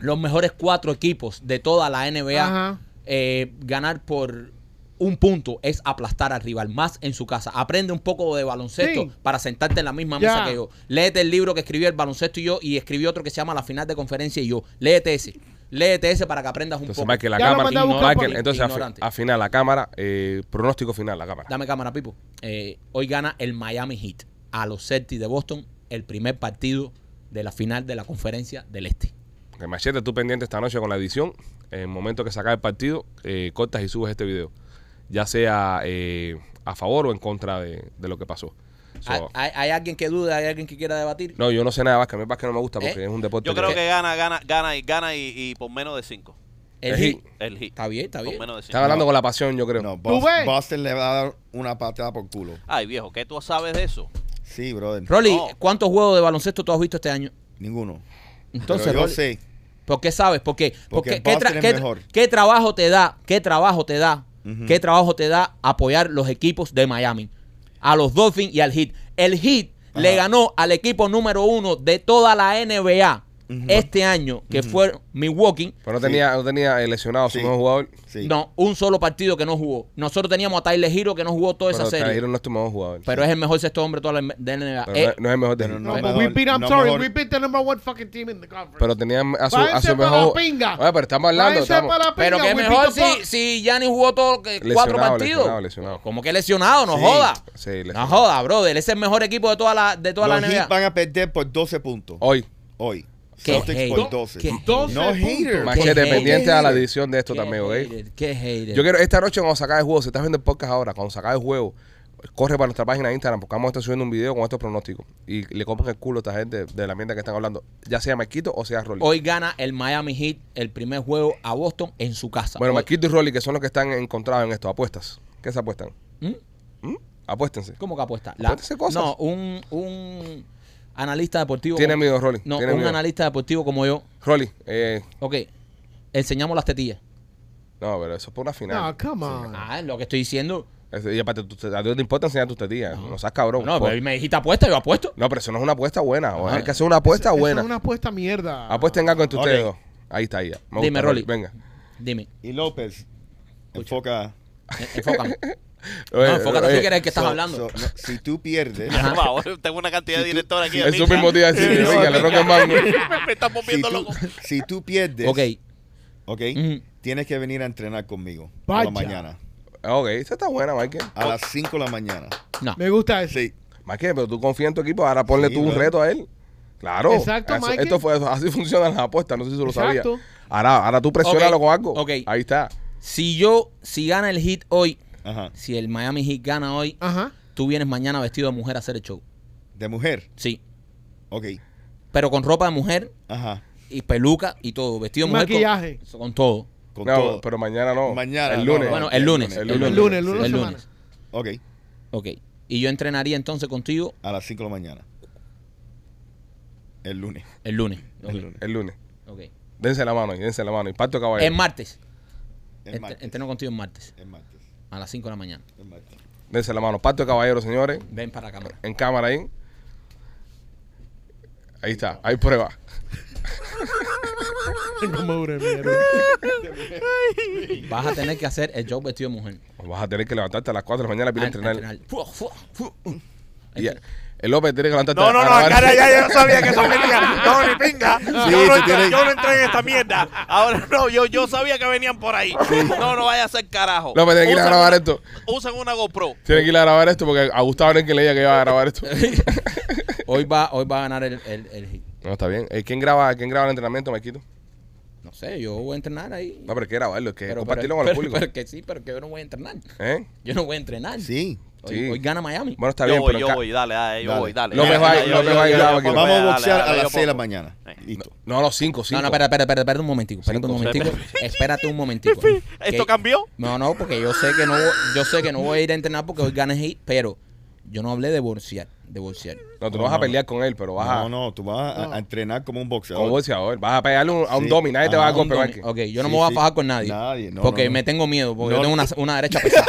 los mejores cuatro equipos de toda la NBA,
Ajá.
eh, ganar por un punto es aplastar al rival, más en su casa. Aprende un poco de baloncesto
Sí.
para sentarte en la misma
Ya.
mesa que yo. Léete el libro que escribió el baloncesto y yo y escribí otro que se llama La final de conferencia y yo. Léete ese. Léete ese para que aprendas un
Entonces,
poco.
Michael, la
Ya lo
cámara.
mandé a buscar
Michael,
por-
entonces, al
Ignorante.
a final, la cámara. eh, pronóstico final, la cámara.
Dame cámara, Pipo. Eh, hoy gana el Miami Heat a los Celtics de Boston, el primer partido de la final de la conferencia del Este.
Que machete, tú pendiente esta noche con la edición. En el momento que se acabe el partido, eh, cortas y subes este video. Ya sea eh, a favor o en contra de, de lo que pasó. So,
¿Hay, hay- hay alguien que duda? ¿Hay alguien que quiera debatir?
no, yo no sé nada más que a mí el básquet no me gusta porque
¿Eh?
es un deporte.
Yo creo que gana, gana, gana y gana y, y por menos de 5.
El
el
Heat.
Heat.
El hit.
Está bien, está
Por
bien.
menos de
Están
5.
hablando con la pasión, yo creo.
No,
¿Tú
Bos-
ves?
Boston le va a dar una patada por culo.
Ay, viejo, ¿qué tú sabes de eso?
Sí, brother.
Rolly,
No.
¿cuántos juegos de baloncesto tú has visto este año?
Ninguno.
Entonces,
Pero yo
Rolly,
sé.
¿por qué sabes? ¿Por qué?
Porque
¿qué,
Boston es
qué-
mejor.
qué trabajo te da? ¿Qué trabajo te da?
Ujú.
¿Qué trabajo te da apoyar los equipos de Miami? A los Dolphins y al Heat. El Heat
Ajá.
le ganó al equipo número uno de toda la NBA
Ujú.
este año, que fue Milwaukee.
Pero no tenía, no tenía eh, lesionado a su
Sí.
mejor jugador.
Sí.
No, un solo partido que no jugó. Nosotros teníamos a Tyler Hero que no jugó toda
Pero
esa serie.
Tyron no es tu mejor jugador.
Pero es el mejor sexto hombre de toda la M- de NBA.
Pero
Eh,
no, es- no es el mejor de
Pero
No,
No
but we
mejor,
beat, I'm
no
sorry,
mejor.
we beat the number one fucking team in the conference.
Pero tenían a su, a
Váyanse
su
pa' la
mejor.
pinga.
Oye, pero estamos hablando.
Váyanse
Estamos,
pa' la
Pero
pinga,
que
we
mejor
beat the
si,
Bucks.
si Gianni jugó todo, que
Lesionado,
cuatro partidos.
lesionado, lesionado.
Como que lesionado, no
Sí.
joda.
Sí, lesionado.
no joda, brother. Ese es el mejor equipo de toda la, de toda
Los
la
Heat
NBA.
van a perder por 12 puntos
Hoy,
hoy.
Oh. Qué
Celtics
hate.
por 12.
Qué-
Doce
No hater.
puntos.
machete,
hater.
pendiente a la
Qué
edición de esto también, ¿ok?
hater, Qué hater.
Yo quiero, esta noche cuando se acabe el juego, si estás viendo el podcast ahora, cuando se acabe el juego, corre para nuestra página de Instagram porque vamos a estar subiendo un video con estos pronósticos y le compran el culo a esta gente de la mierda que están hablando, ya sea Marquito o sea Rolly.
Hoy gana el Miami Heat el primer juego a Boston en su casa.
bueno,
Hoy-
Marquito y Rolly, que son los que están encontrados en esto, apuestas. ¿Qué se apuestan?
¿Mm?
¿Mm? Apuéstense.
¿Cómo que apuesta?
Apuéstese cosas.
No, un, un analista deportivo.
Tiene
como-
miedo, Rolly.
No,
tiene
un
miedo.
analista deportivo como yo.
Rolly, eh,
Ok, enseñamos las tetillas.
no, pero eso es por una final.
No, come on.
Ah, es lo que estoy diciendo.
Eso- Y aparte, tú- a ti no te importa enseñar tus tetillas. No, pues. seas cabrón.
No,
por-
pero me dijiste apuesta, yo apuesto.
No, pero eso no es una apuesta buena. o
Ajá.
Hay que hacer una apuesta
Esa
buena.
Es una apuesta mierda.
Apuesten algo entre
Ok.
ustedes dos. Ahí está, ahí. ya. Me
Dime, Rolly.
Venga. [LAUGHS]
Dime,
Y López. Enfoca.
en- enfócame.
Oye,
no, enfócate
oye,
tú que eres el que estás
So-
hablando.
so, no, si tú pierdes,
Por favor, tengo una cantidad de directores aquí. de
Eso
pinga.
mismo
[LAUGHS]
día sí,
Sí,
venga,
sí.
le roca el mango.
[LAUGHS]
me están
si
volviendo
tú,
loco.
si tú pierdes,
ok,
ok,
Ujú.
tienes que venir a entrenar conmigo a
Vaya.
la mañana.
Ah, Ok, esta está buena, Michael.
A las 5 de la mañana.
no.
Me gusta eso.
Sí.
Michael, pero tú confías en tu equipo, ahora ponle
Sí,
tú un
brother.
reto a él. Claro.
Exacto,
Eso-
Michael.
Esto fue, así funcionan las apuestas, no sé si tú lo sabías.
Exacto.
Ahora, ahora tú presiónalo
Ok,
con algo.
ok.
Ahí está.
Si yo, si gana el hit hoy,
Ajá.
si el Miami Heat gana hoy,
Ajá.
tú vienes mañana vestido de mujer a hacer el show.
De mujer.
Sí.
Ok.
Pero con ropa de mujer
Ajá.
y peluca y todo. Vestido de mujer. con- [LAUGHS]
Maquillaje.
Con, todo.
Con
no,
todo.
pero mañana no.
Mañana,
El
no,
lunes.
no,
Bueno,
ok,
el lunes, el lunes.
El lunes, el lunes.
El
de
lunes.
semana.
Ok.
Ok. Y yo entrenaría entonces contigo
A las 5 de la mañana. El lunes.
el lunes. Ok,
El lunes.
El lunes.
ok.
Dense la mano, ahí, dense la mano. Impacto caballo.
El martes.
El
Ent-
martes.
Entreno contigo el martes
El martes.
a las 5 de la mañana.
El martes.
Dense la mano. Pacto de caballero, señores.
Ven para la cámara.
En cámara ahí. Ahí está, hay prueba.
Como una mierda.
Vas a tener que hacer el show vestido de mujer.
Vas a tener que levantarte a las 4 de la mañana para ir a entrenar.
Fuá, fuá, fuá.
Y, El López tiene que levantarte.
No, no,
a
no,
grabar.
cara, ya yo sabía
[LAUGHS]
que eso venía. No, ni pinga. yo,
tú
no entré,
tienes-
yo no entré en esta mierda.
Ahora no, yo, yo sabía que venían por ahí. No, no vaya a ser carajo.
López, tiene que ir a
Usen
grabar
una-
esto.
Usen una GoPro.
Tiene que ir a grabar esto porque a Gustavo no es quien le diga que iba a grabar esto. [LAUGHS]
Hoy va, hoy va a ganar el, el, el hit.
No, está bien. Eh, ¿Quién graba, quién graba el entrenamiento, Maquito?
No sé, yo voy a entrenar ahí.
No, pero hay que grabarlo, es que
Pero-
compartirlo
pero-
con el
pero-
público.
Pero que sí, pero que yo no voy a entrenar.
¿Eh?
Yo no voy a entrenar.
Sí.
Hoy,
sí.
hoy gana Miami.
Bueno, está
yo
bien,
voy,
pero
yo
ca-
voy, dale, dale, yo
Dale.
voy, dale.
López
Dale,
va-
dale, yo-
López
yo-
va y
yo-
graba
yo
aquí.
pongo,
Vamos a
dale,
boxear
dale,
a
yo
las 6 de la
pongo.
mañana.
Eh.
Listo.
No, no, cinco, cinco.
No, no, espera, espera, espera, espera un momentico, espérate un
Cinco,
momentico, [LAUGHS] espérate un momentico.
¿Esto
Que-
cambió?
No, no, porque yo sé que no, yo sé que no voy a ir a entrenar porque hoy gana el hit, pero yo no hablé de bolsear, de bolsear.
No, tú no vas a pelear con él, pero vas a.
No, no, tú vas a, a entrenar como un
Como
boxeador.
boxeador. Vas a pegarle un- a un
Sí.
domi, nadie te
Ah,
va a
un
golpear
Domi-
aquí.
Ok, yo no
Sí,
me voy a
sí.
fajar con nadie.
Nadie, no,
porque
no, no.
me tengo miedo, porque
No,
yo tengo una, una derecha pesada.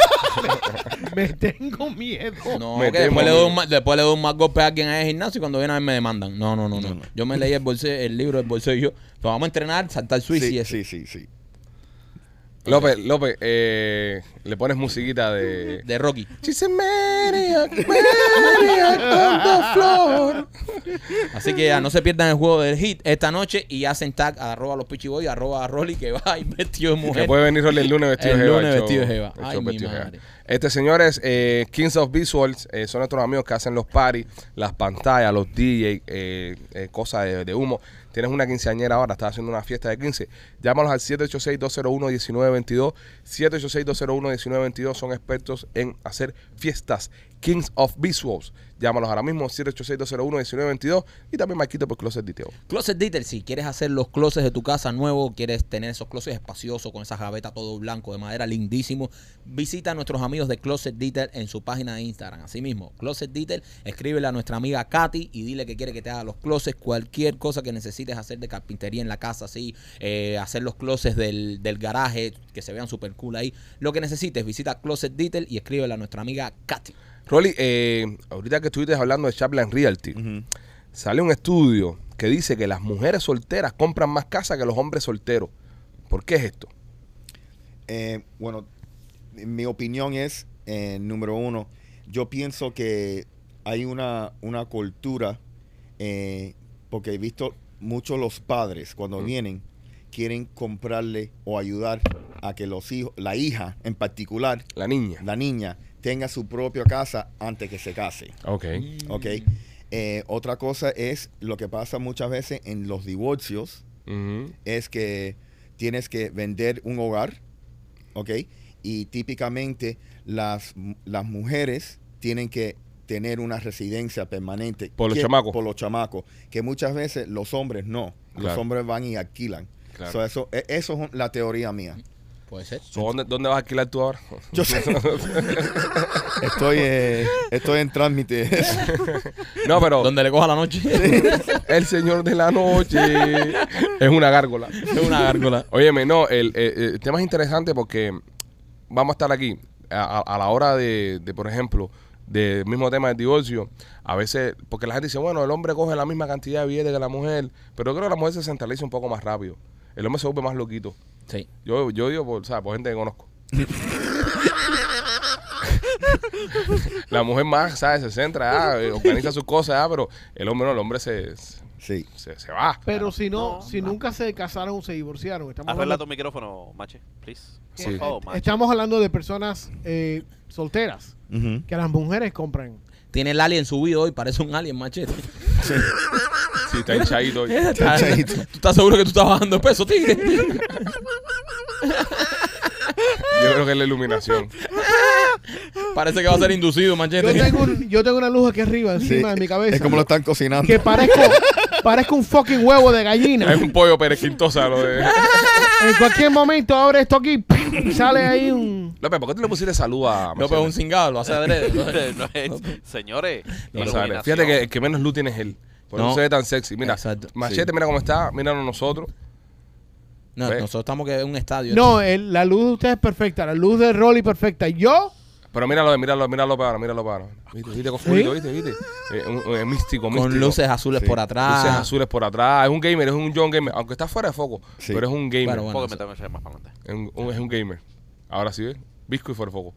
Me tengo miedo.
No,
Me
que después,
temo,
le doy un
amigo.
ma- después le doy un más golpe a alguien ahí en el gimnasio y cuando viene a ver me demandan. No, no, no, no. Yo me leí el, bolse, el libro del bolsillo y yo, lo vamos a entrenar, saltar
Sí,
suici y eso.
sí, sí, sí.
López, López, eh, le pones musiquita de.
De Rocky.
She's a maniac, maniac on the floor.
Así que ya no se pierdan el juego del hit esta noche y hacen tag a arroba los pichiboy, arroba a Rolly que va [LAUGHS] a ir vestido de
Que
mujer.
puede venir Rolly el lunes vestido
El
de jeva.
lunes
show-
vestido de jeva. Ay,
show
mi
vestido de jeva.
madre.
Este, señores, eh, Kings of Visuals eh, son nuestros amigos que hacen los parties, las pantallas, los DJ, eh, eh, cosas de, de humo. Tienes una quinceañera ahora, estás haciendo una fiesta de 15. Llámalos al 786-201-1922. 786-201-1922 son expertos en hacer fiestas. Kings of Visuals. Llámalos ahora mismo, 786-201-1922. Y también Marquito por Closet Detail.
Closet Detail, si quieres hacer los closets de tu casa nuevo, quieres tener esos closets espaciosos con esas gavetas todo blanco de madera lindísimo, visita a nuestros amigos de Closet Detail en su página de Instagram. Así mismo, Closet Detail, escríbele a nuestra amiga Katy y dile que quiere que te haga los closets, cualquier cosa que necesites hacer de carpintería en la casa, así, eh, hacer los closets del, del garaje, que se vean super cool ahí. Lo que necesites, visita Closet Detail y escríbele a nuestra amiga Katy.
Rolly, eh, ahorita que estuviste hablando de Chaplin Realty, sale un estudio que dice que las mujeres solteras compran más casa que los hombres solteros. ¿Por qué es esto?
Eh, bueno, mi opinión es, eh, número uno, yo pienso que hay una, una cultura, eh, porque he visto muchos los padres cuando vienen, quieren comprarle o ayudar a que los hijos, la hija en particular,
La niña.
la niña, tenga su propia casa antes que se case.
Ok.
¿ok? Eh, otra cosa es lo que pasa muchas veces en los divorcios,
Ujú.
es que tienes que vender un hogar, ¿ok? Y típicamente las, mu- las mujeres tienen que tener una residencia permanente.
Por los
que-
chamacos.
Por los chamacos, que muchas veces los hombres no. Los
Claro.
hombres van y alquilan.
Claro.
So, eso, e- eso es la teoría mía.
Puede ser.
So, ¿Dónde, dónde vas a alquilar tú ahora? [LAUGHS]
Yo sé. estoy, eh, estoy en trámite.
No, pero
Donde le coja la noche.
el señor de la noche [LAUGHS] es una [LAUGHS] gárgola.
es una gárgola.
Óyeme, no, el, eh, el tema es interesante porque vamos a estar aquí a, a- a la hora de, de, por ejemplo, del mismo tema del divorcio. A veces, porque la gente dice, bueno, el hombre coge la misma cantidad de billetes que la mujer, pero yo creo que la mujer se centraliza un poco más rápido. El hombre se vuelve más loquito.
Sí.
Yo, yo digo, por, o sea, por gente que conozco. [LAUGHS] la mujer más, ¿sabes? Se centra, ah, eh, organiza sus cosas, ah, pero el hombre no, el hombre se, se,
Sí.
se- se va.
Pero si no, si nunca se casaron o se divorciaron, estamos
Arregla tu
hablando,
micrófono, mache, please.
Sí.
Por favor, mache.
estamos hablando de personas eh, solteras
Ujú.
que las mujeres compran.
Tiene el alien subido hoy, parece un alien machete.
Sí, está hinchadito. hoy.
[LAUGHS]
Chaito.
¿Tú estás seguro que tú estás bajando de
[LAUGHS]
peso, tigre?
Yo creo que es la iluminación.
Parece que va a ser inducido,
Yo
machete.
tengo, un- yo tengo una luz aquí arriba,
Sí,
encima de mi cabeza.
Es como lo están cocinando.
que parezco, parezco un fucking huevo de gallina.
Es un pollo perequintosa lo de.
En cualquier momento abre esto aquí y sale ahí un.
[LAUGHS] López, ¿por qué tú le pusiste salud a
No, pero es un cingado, lo hace
[LAUGHS]
adrede.
No es- Señores,
González?
iluminación.
Fíjate que el que menos luz tiene es él. Por eso
No.
se ve tan sexy. Mira,
Exacto.
Machete, mira cómo está. Míranos nosotros.
No,
Ve.
nosotros estamos que en un estadio.
No, el- la luz de ustedes es perfecta, la luz de Rolly perfecta. Yo,
Pero míralo, míralo, míralo para ahora, míralo para ahora. Viste, viste, con fulito, viste, viste. Eh, un, un- un místico, místico.
con luces azules
Sí.
por atrás.
Luces azules por atrás. Es un gamer, es un John Gamer. Aunque está fuera de foco,
Sí.
pero es un gamer.
Bueno, bueno.
Porque me tengo que echar más para adelante.
Es, un, un- es un gamer. Ahora sí, ¿ves? [LAUGHS] Bisco y fuera de foco.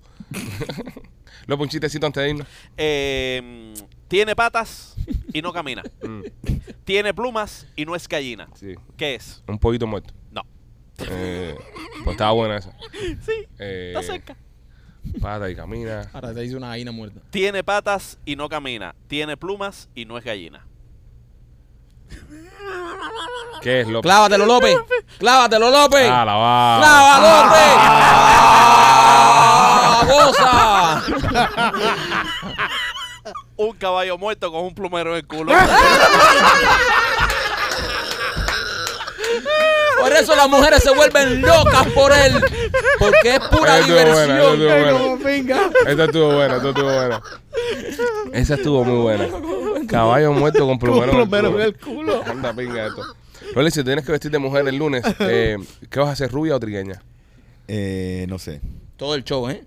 López, un chistecito antes de irnos.
Eh, mm, Tiene patas y no camina.
[LAUGHS] Mm,
Tiene plumas y no es gallina.
sí.
¿Qué es?
Un poquito muerto.
No.
Eh, pues estaba buena esa.
Sí,
Eh,
está cerca.
Pata y camina.
Ahora te dice una gallina muerta.
Tiene patas y no camina. Tiene plumas y no es gallina.
¿Qué es López?
Clávatelo, López. Clávatelo, López.
Ah, la va.
¡Clava, López! ¡Ah! ¡Goza!
Un caballo muerto con un plumero en
[LAUGHS]
el culo.
Por eso las mujeres se vuelven locas por él. Porque es pura
Eso es buena, eso es
diversión.
Ay,
bueno.
no, venga.
Esta estuvo buena, esta estuvo buena. Esa estuvo muy buena. Caballo muerto con plumero,
Con plumero en el
culo. Anda, pinga esto. Rolly, si tienes que vestir de mujer el lunes, eh, ¿qué vas a hacer, rubia o trigueña?
Eh, no sé.
Todo el show, ¿eh?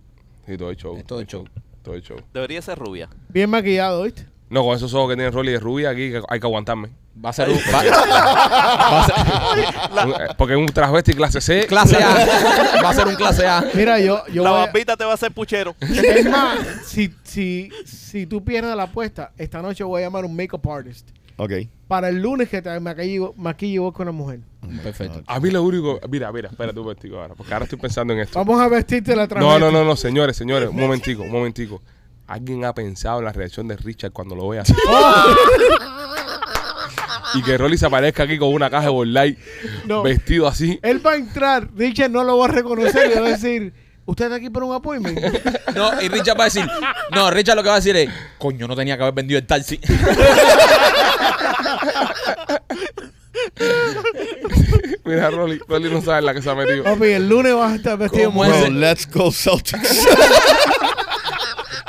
Sí, todo el show.
Es todo el show.
Todo el show.
Debería ser rubia.
Bien maquillado, ¿oíste?
No, con esos ojos que tiene Rolly de rubia, aquí hay que aguantarme.
Va a ser un. va- va a ser-
Eh, Porque un travesti clase C.
clase A. Ah, Va a ser un clase A.
Mira, yo, yo
La
voy a-
bambita te va a hacer puchero.
Es más, si, si, si tú pierdes la apuesta, esta noche voy a llamar un makeup artist.
Ok.
Para el lunes que te maquillo, maquillo vos con una mujer.
Perfecto.
A mí lo único. Mira, mira, espérate un momentico ahora. Porque ahora estoy pensando en esto.
Vamos a vestirte la
No, no, no, no, señores, señores, un momentico, un momentico. ¿Alguien ha pensado en la reacción de Richard cuando lo vea?
[LAUGHS]
así? y que Rolly se aparezca aquí con una caja de Borlai
No.
vestido así.
Él va a entrar, Richard no lo va a reconocer y va a decir, ¿usted está aquí por
[LAUGHS]
un appointment?
No, y Richard va a decir. No, Richard lo que va a decir es. Coño, no tenía que haber vendido el taxi.
Mira, Rolly, Rolly no sabe en la que se ha metido.
Papi, el lunes vas a estar vestido
¿Cómo
Pues,
de
es?
mujer.
eh,
Bro, let's go Celtics.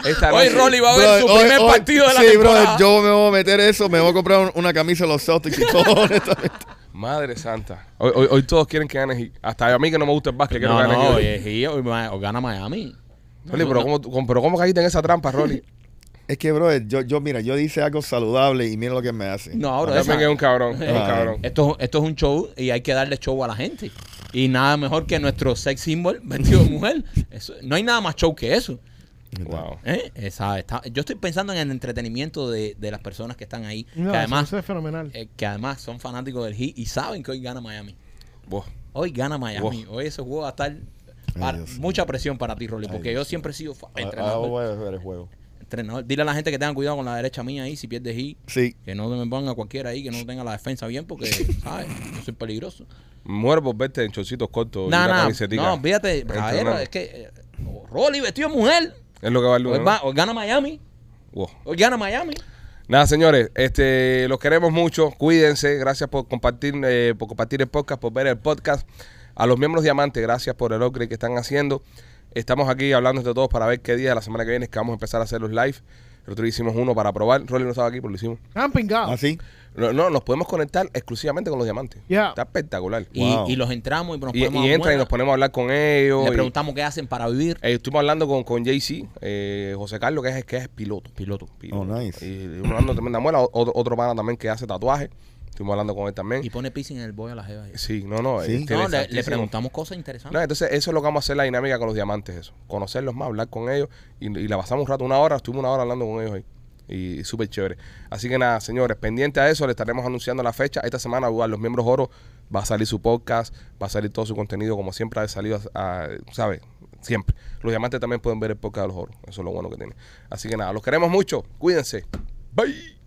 Esta
Hoy
noche-
Rolly va a ver su
Bro, hoy-
primer
hoy-
partido de la
sí,
temporada.
Bro, yo me voy a meter eso, me voy a comprar un- una camisa de los Celtics y todo. [LAUGHS] honestamente.
Madre santa. Hoy, hoy- hoy todos quieren que gane Heat. Hasta a mí que no me gusta el básquet, quiero
No,
que gane
no,
Heat.
oye, sí, hoy ma- hoy gana Miami.
Rolly, pero, ¿cómo, tú- cómo- pero ¿cómo caíste en esa trampa, Rolly?
es que, bro, yo, yo, mira, yo hice algo saludable y mira lo que me hace.
No, bro,
También
[LAUGHS] esa-
es un cabrón, es un
Ah.
cabrón.
Esto, es- esto es un show y hay que darle show a la gente. Y nada mejor que nuestro sex symbol [LAUGHS] vestido de mujer. Eso- no hay nada más show que eso.
Wow.
¿eh? Esa- está- yo estoy pensando en el entretenimiento de, de las personas que están ahí.
No,
que,
eso-
además,
eso es fenomenal.
eh, que además son fanáticos del Heat y saben que hoy gana Miami.
Buah.
Hoy gana Miami. Hoy ese juego va a estar para-
Dios mío.
mucha presión para ti, Rolly, porque yo siempre he sido
Ah,
fa- entrenador,
voy a ver el juego.
entrenador. Dile a la gente que tengan cuidado con la derecha mía ahí si pierde Heat.
Sí.
Que no me ponga cualquiera ahí, que no tenga la defensa bien,
[LAUGHS]
porque, ¿sabes? Yo soy peligroso.
Muero por verte en chorcitos cortos y
No,
una
no,
camisetica.
no, fíjate, caballero,
Entrenando.
es que eh, Rolly vestido de mujer.
Es lo que va el lunes,
Hoy,
¿no?
Pues va- hoy gana Miami.
Wow.
Hoy gana Miami.
Nada, señores, este, los queremos mucho. Cuídense. Gracias por compartir, eh, por compartir el podcast, por ver el podcast. A los miembros diamantes, gracias por el upgrade que están haciendo. Estamos aquí hablando entre todos para ver qué día de la semana que viene es que vamos a empezar a hacer los live. El otro día hicimos uno para probar. Rolly no estaba aquí, pero lo hicimos.
Han
Ah.
pingado.
¿Así?
No, no, nos podemos conectar exclusivamente con los diamantes.
Ya.
Está espectacular.
Y,
Wow.
y los entramos y nos
Y, y
ponemos a
entra y
buena.
nos ponemos a hablar con ellos.
Le
y-
preguntamos qué hacen para vivir.
Eh, estuvimos hablando con, con Jay-Z, eh, José Carlos, que es, que es piloto. Piloto.
Oh, nice.
Y estuvimos hablando de tremenda muela. Otro, otro pana también que hace tatuaje. Estuvimos hablando con él también.
Y pone piercing en el boy a la jeva.
Sí, no, no. este,
Sí.
es
No,
No, le,
interesantísimo.
le preguntamos cosas interesantes.
No, entonces eso es lo que vamos a hacer la dinámica con los diamantes, eso. Conocerlos más, hablar con ellos. Y, y la pasamos un rato, una hora, estuvimos una hora hablando con ellos ahí. Y súper chévere. Así que nada, señores, pendiente a eso, le estaremos anunciando la fecha. Esta semana a los miembros oro va a salir su podcast, va a salir todo su contenido, como siempre ha salido, a- a- ¿sabes? Siempre. Los diamantes también pueden ver el podcast de los oros. Eso es lo bueno que tiene. Así que nada, los queremos mucho. Cuídense. Bye.